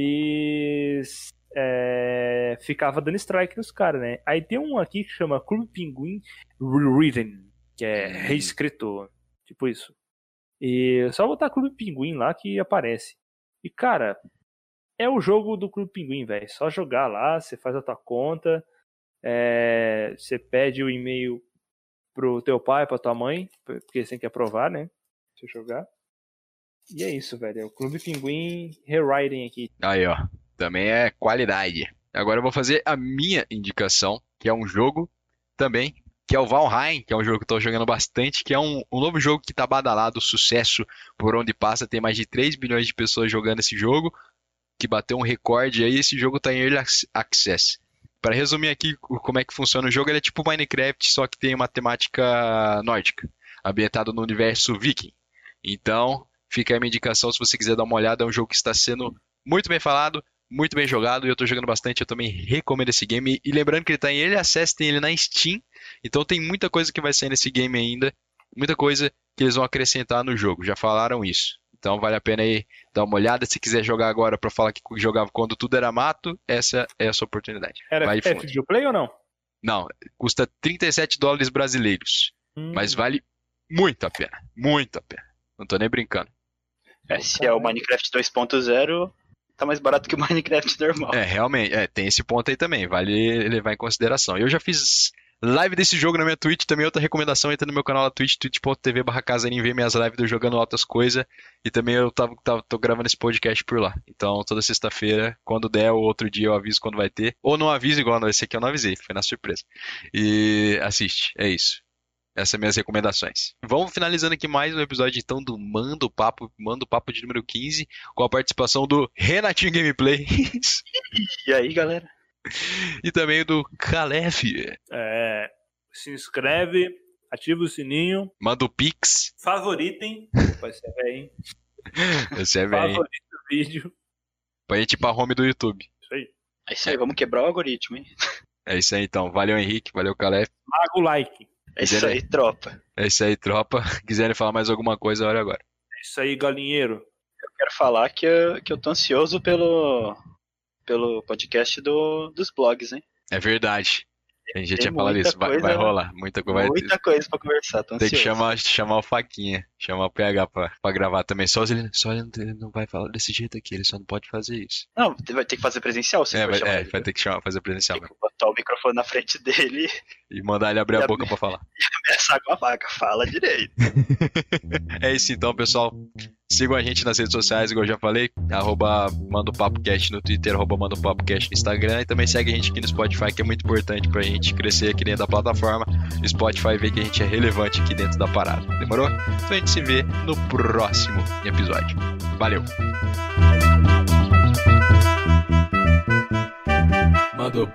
Speaker 1: eles é, ficava dando strike nos caras, né? Aí tem um aqui que chama Clube Pinguim Rewritten, que é
Speaker 2: Hum.
Speaker 1: reescrito, tipo isso. E é só botar Clube Pinguim lá que aparece. E cara, é o jogo do Clube Pinguim, velho. Só jogar lá, você faz a tua conta, é, você pede o e-mail pro teu pai, pra tua mãe, porque eles têm que aprovar, né? Pra você jogar. E é isso, velho. É o Clube Pinguim Rewriting aqui.
Speaker 2: Aí, ó. Também é qualidade. Agora eu vou fazer a minha indicação, que é um jogo também, que é o Valheim, que é um jogo que eu tô jogando bastante, que é um, um novo jogo que tá badalado, sucesso por onde passa. Tem mais de 3 bilhões de pessoas jogando esse jogo, que bateu um recorde aí. Esse jogo tá em Early ac- Access. Pra resumir aqui o- como é que funciona o jogo, ele é tipo Minecraft, só que tem uma temática nórdica, ambientado no universo viking. Então, fica aí minha indicação se você quiser dar uma olhada. É um jogo que está sendo muito bem falado, muito bem jogado. E eu tô jogando bastante, eu também recomendo esse game. E lembrando que ele tá em ele acesso, tem ele na Steam. Então tem muita coisa que vai sair nesse game ainda. Muita coisa que eles vão acrescentar no jogo. Já falaram isso. Então vale a pena aí dar uma olhada. Se quiser jogar agora pra falar que jogava quando tudo era mato, essa é a sua oportunidade.
Speaker 1: Era
Speaker 2: Vai
Speaker 1: é
Speaker 2: fundo.
Speaker 1: free to play ou não?
Speaker 2: Não, custa 37 dólares brasileiros.
Speaker 1: Hum.
Speaker 2: Mas vale muito a pena. Muito a pena. Não tô nem brincando.
Speaker 3: É, se é o Minecraft 2.0, tá mais barato que o Minecraft normal.
Speaker 2: É, realmente, é, tem esse ponto aí também, vale levar em consideração. Eu já fiz live desse jogo na minha Twitch, também outra recomendação, entra no meu canal da Twitch, twitch.tv barra casarinho, vê minhas lives, eu jogando outras coisas, e também eu tava, tava- tô gravando esse podcast por lá. Então, toda sexta-feira, quando der, ou outro dia eu aviso quando vai ter, ou não aviso igual esse aqui eu não avisei, foi na surpresa. E assiste, é isso. Essas são minhas recomendações. Vamos finalizando aqui mais um episódio então do Manda o Papo, Manda o Papo de número 15, com a participação do Renatinho Gameplays.
Speaker 3: E aí, galera?
Speaker 2: E também do Calef.
Speaker 1: É, se inscreve, ativa o sininho,
Speaker 2: Manda o Pix.
Speaker 1: favoritem. Vai ser bem.
Speaker 2: Você vem.
Speaker 1: Favorita o vídeo.
Speaker 2: Põe tipo a home do YouTube.
Speaker 3: É isso aí, vamos quebrar o algoritmo, hein?
Speaker 2: É isso aí então. Valeu, Henrique. Valeu, Calé.
Speaker 1: Paga o like.
Speaker 3: É isso
Speaker 2: Zero.
Speaker 3: aí, tropa.
Speaker 2: É isso aí, tropa. Quiserem falar mais alguma coisa, olha agora.
Speaker 1: É isso aí, galinheiro.
Speaker 3: Eu quero falar que eu, que eu tô ansioso pelo, pelo podcast do, dos blogs, hein?
Speaker 2: É verdade. A gente já
Speaker 3: Tem
Speaker 2: tinha falado
Speaker 3: muita
Speaker 2: isso. Vai,
Speaker 3: coisa,
Speaker 2: vai
Speaker 3: né?
Speaker 2: rolar. Muita coisa. vai-
Speaker 3: Muita coisa pra conversar, tô
Speaker 2: Tem
Speaker 3: ansioso.
Speaker 2: que chamar, chamar o Faquinha, chamar o PH pra, pra gravar também. Só se ele, só ele não- ele não vai falar desse jeito aqui, ele só não pode fazer isso.
Speaker 3: Não, vai ter que fazer presencial, se
Speaker 2: É,
Speaker 3: for
Speaker 2: vai,
Speaker 3: chamar
Speaker 2: é,
Speaker 3: ele. né?
Speaker 2: vai tá ter que chamar, fazer presencial
Speaker 3: Tem
Speaker 2: mesmo.
Speaker 3: que botar o microfone na frente dele e
Speaker 2: E mandar ele abrir
Speaker 3: E
Speaker 2: a
Speaker 3: a-
Speaker 2: boca pra falar.
Speaker 3: começar com a vaca. Fala direito.
Speaker 2: É isso então, pessoal. Sigam a gente nas redes sociais, igual eu já falei. Arroba Manda o Papo Cast no Twitter, arroba Manda o Papo Cast no Instagram. E também segue a gente aqui no Spotify, que é muito importante pra gente crescer aqui dentro da plataforma. O Spotify vê que a gente é relevante aqui dentro da parada. Demorou? Então a gente se vê no próximo episódio. Valeu!
Speaker 4: Mandou.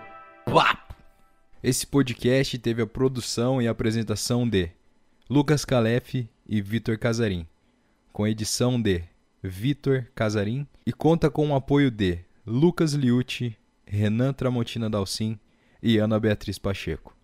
Speaker 4: Esse podcast teve a produção e apresentação de Lucas Calef e Vitor Casarim, com edição de Vitor Casarim e conta com o apoio de Lucas Liucci, Renan Tramontina Dalcin e Ana Beatriz Pacheco.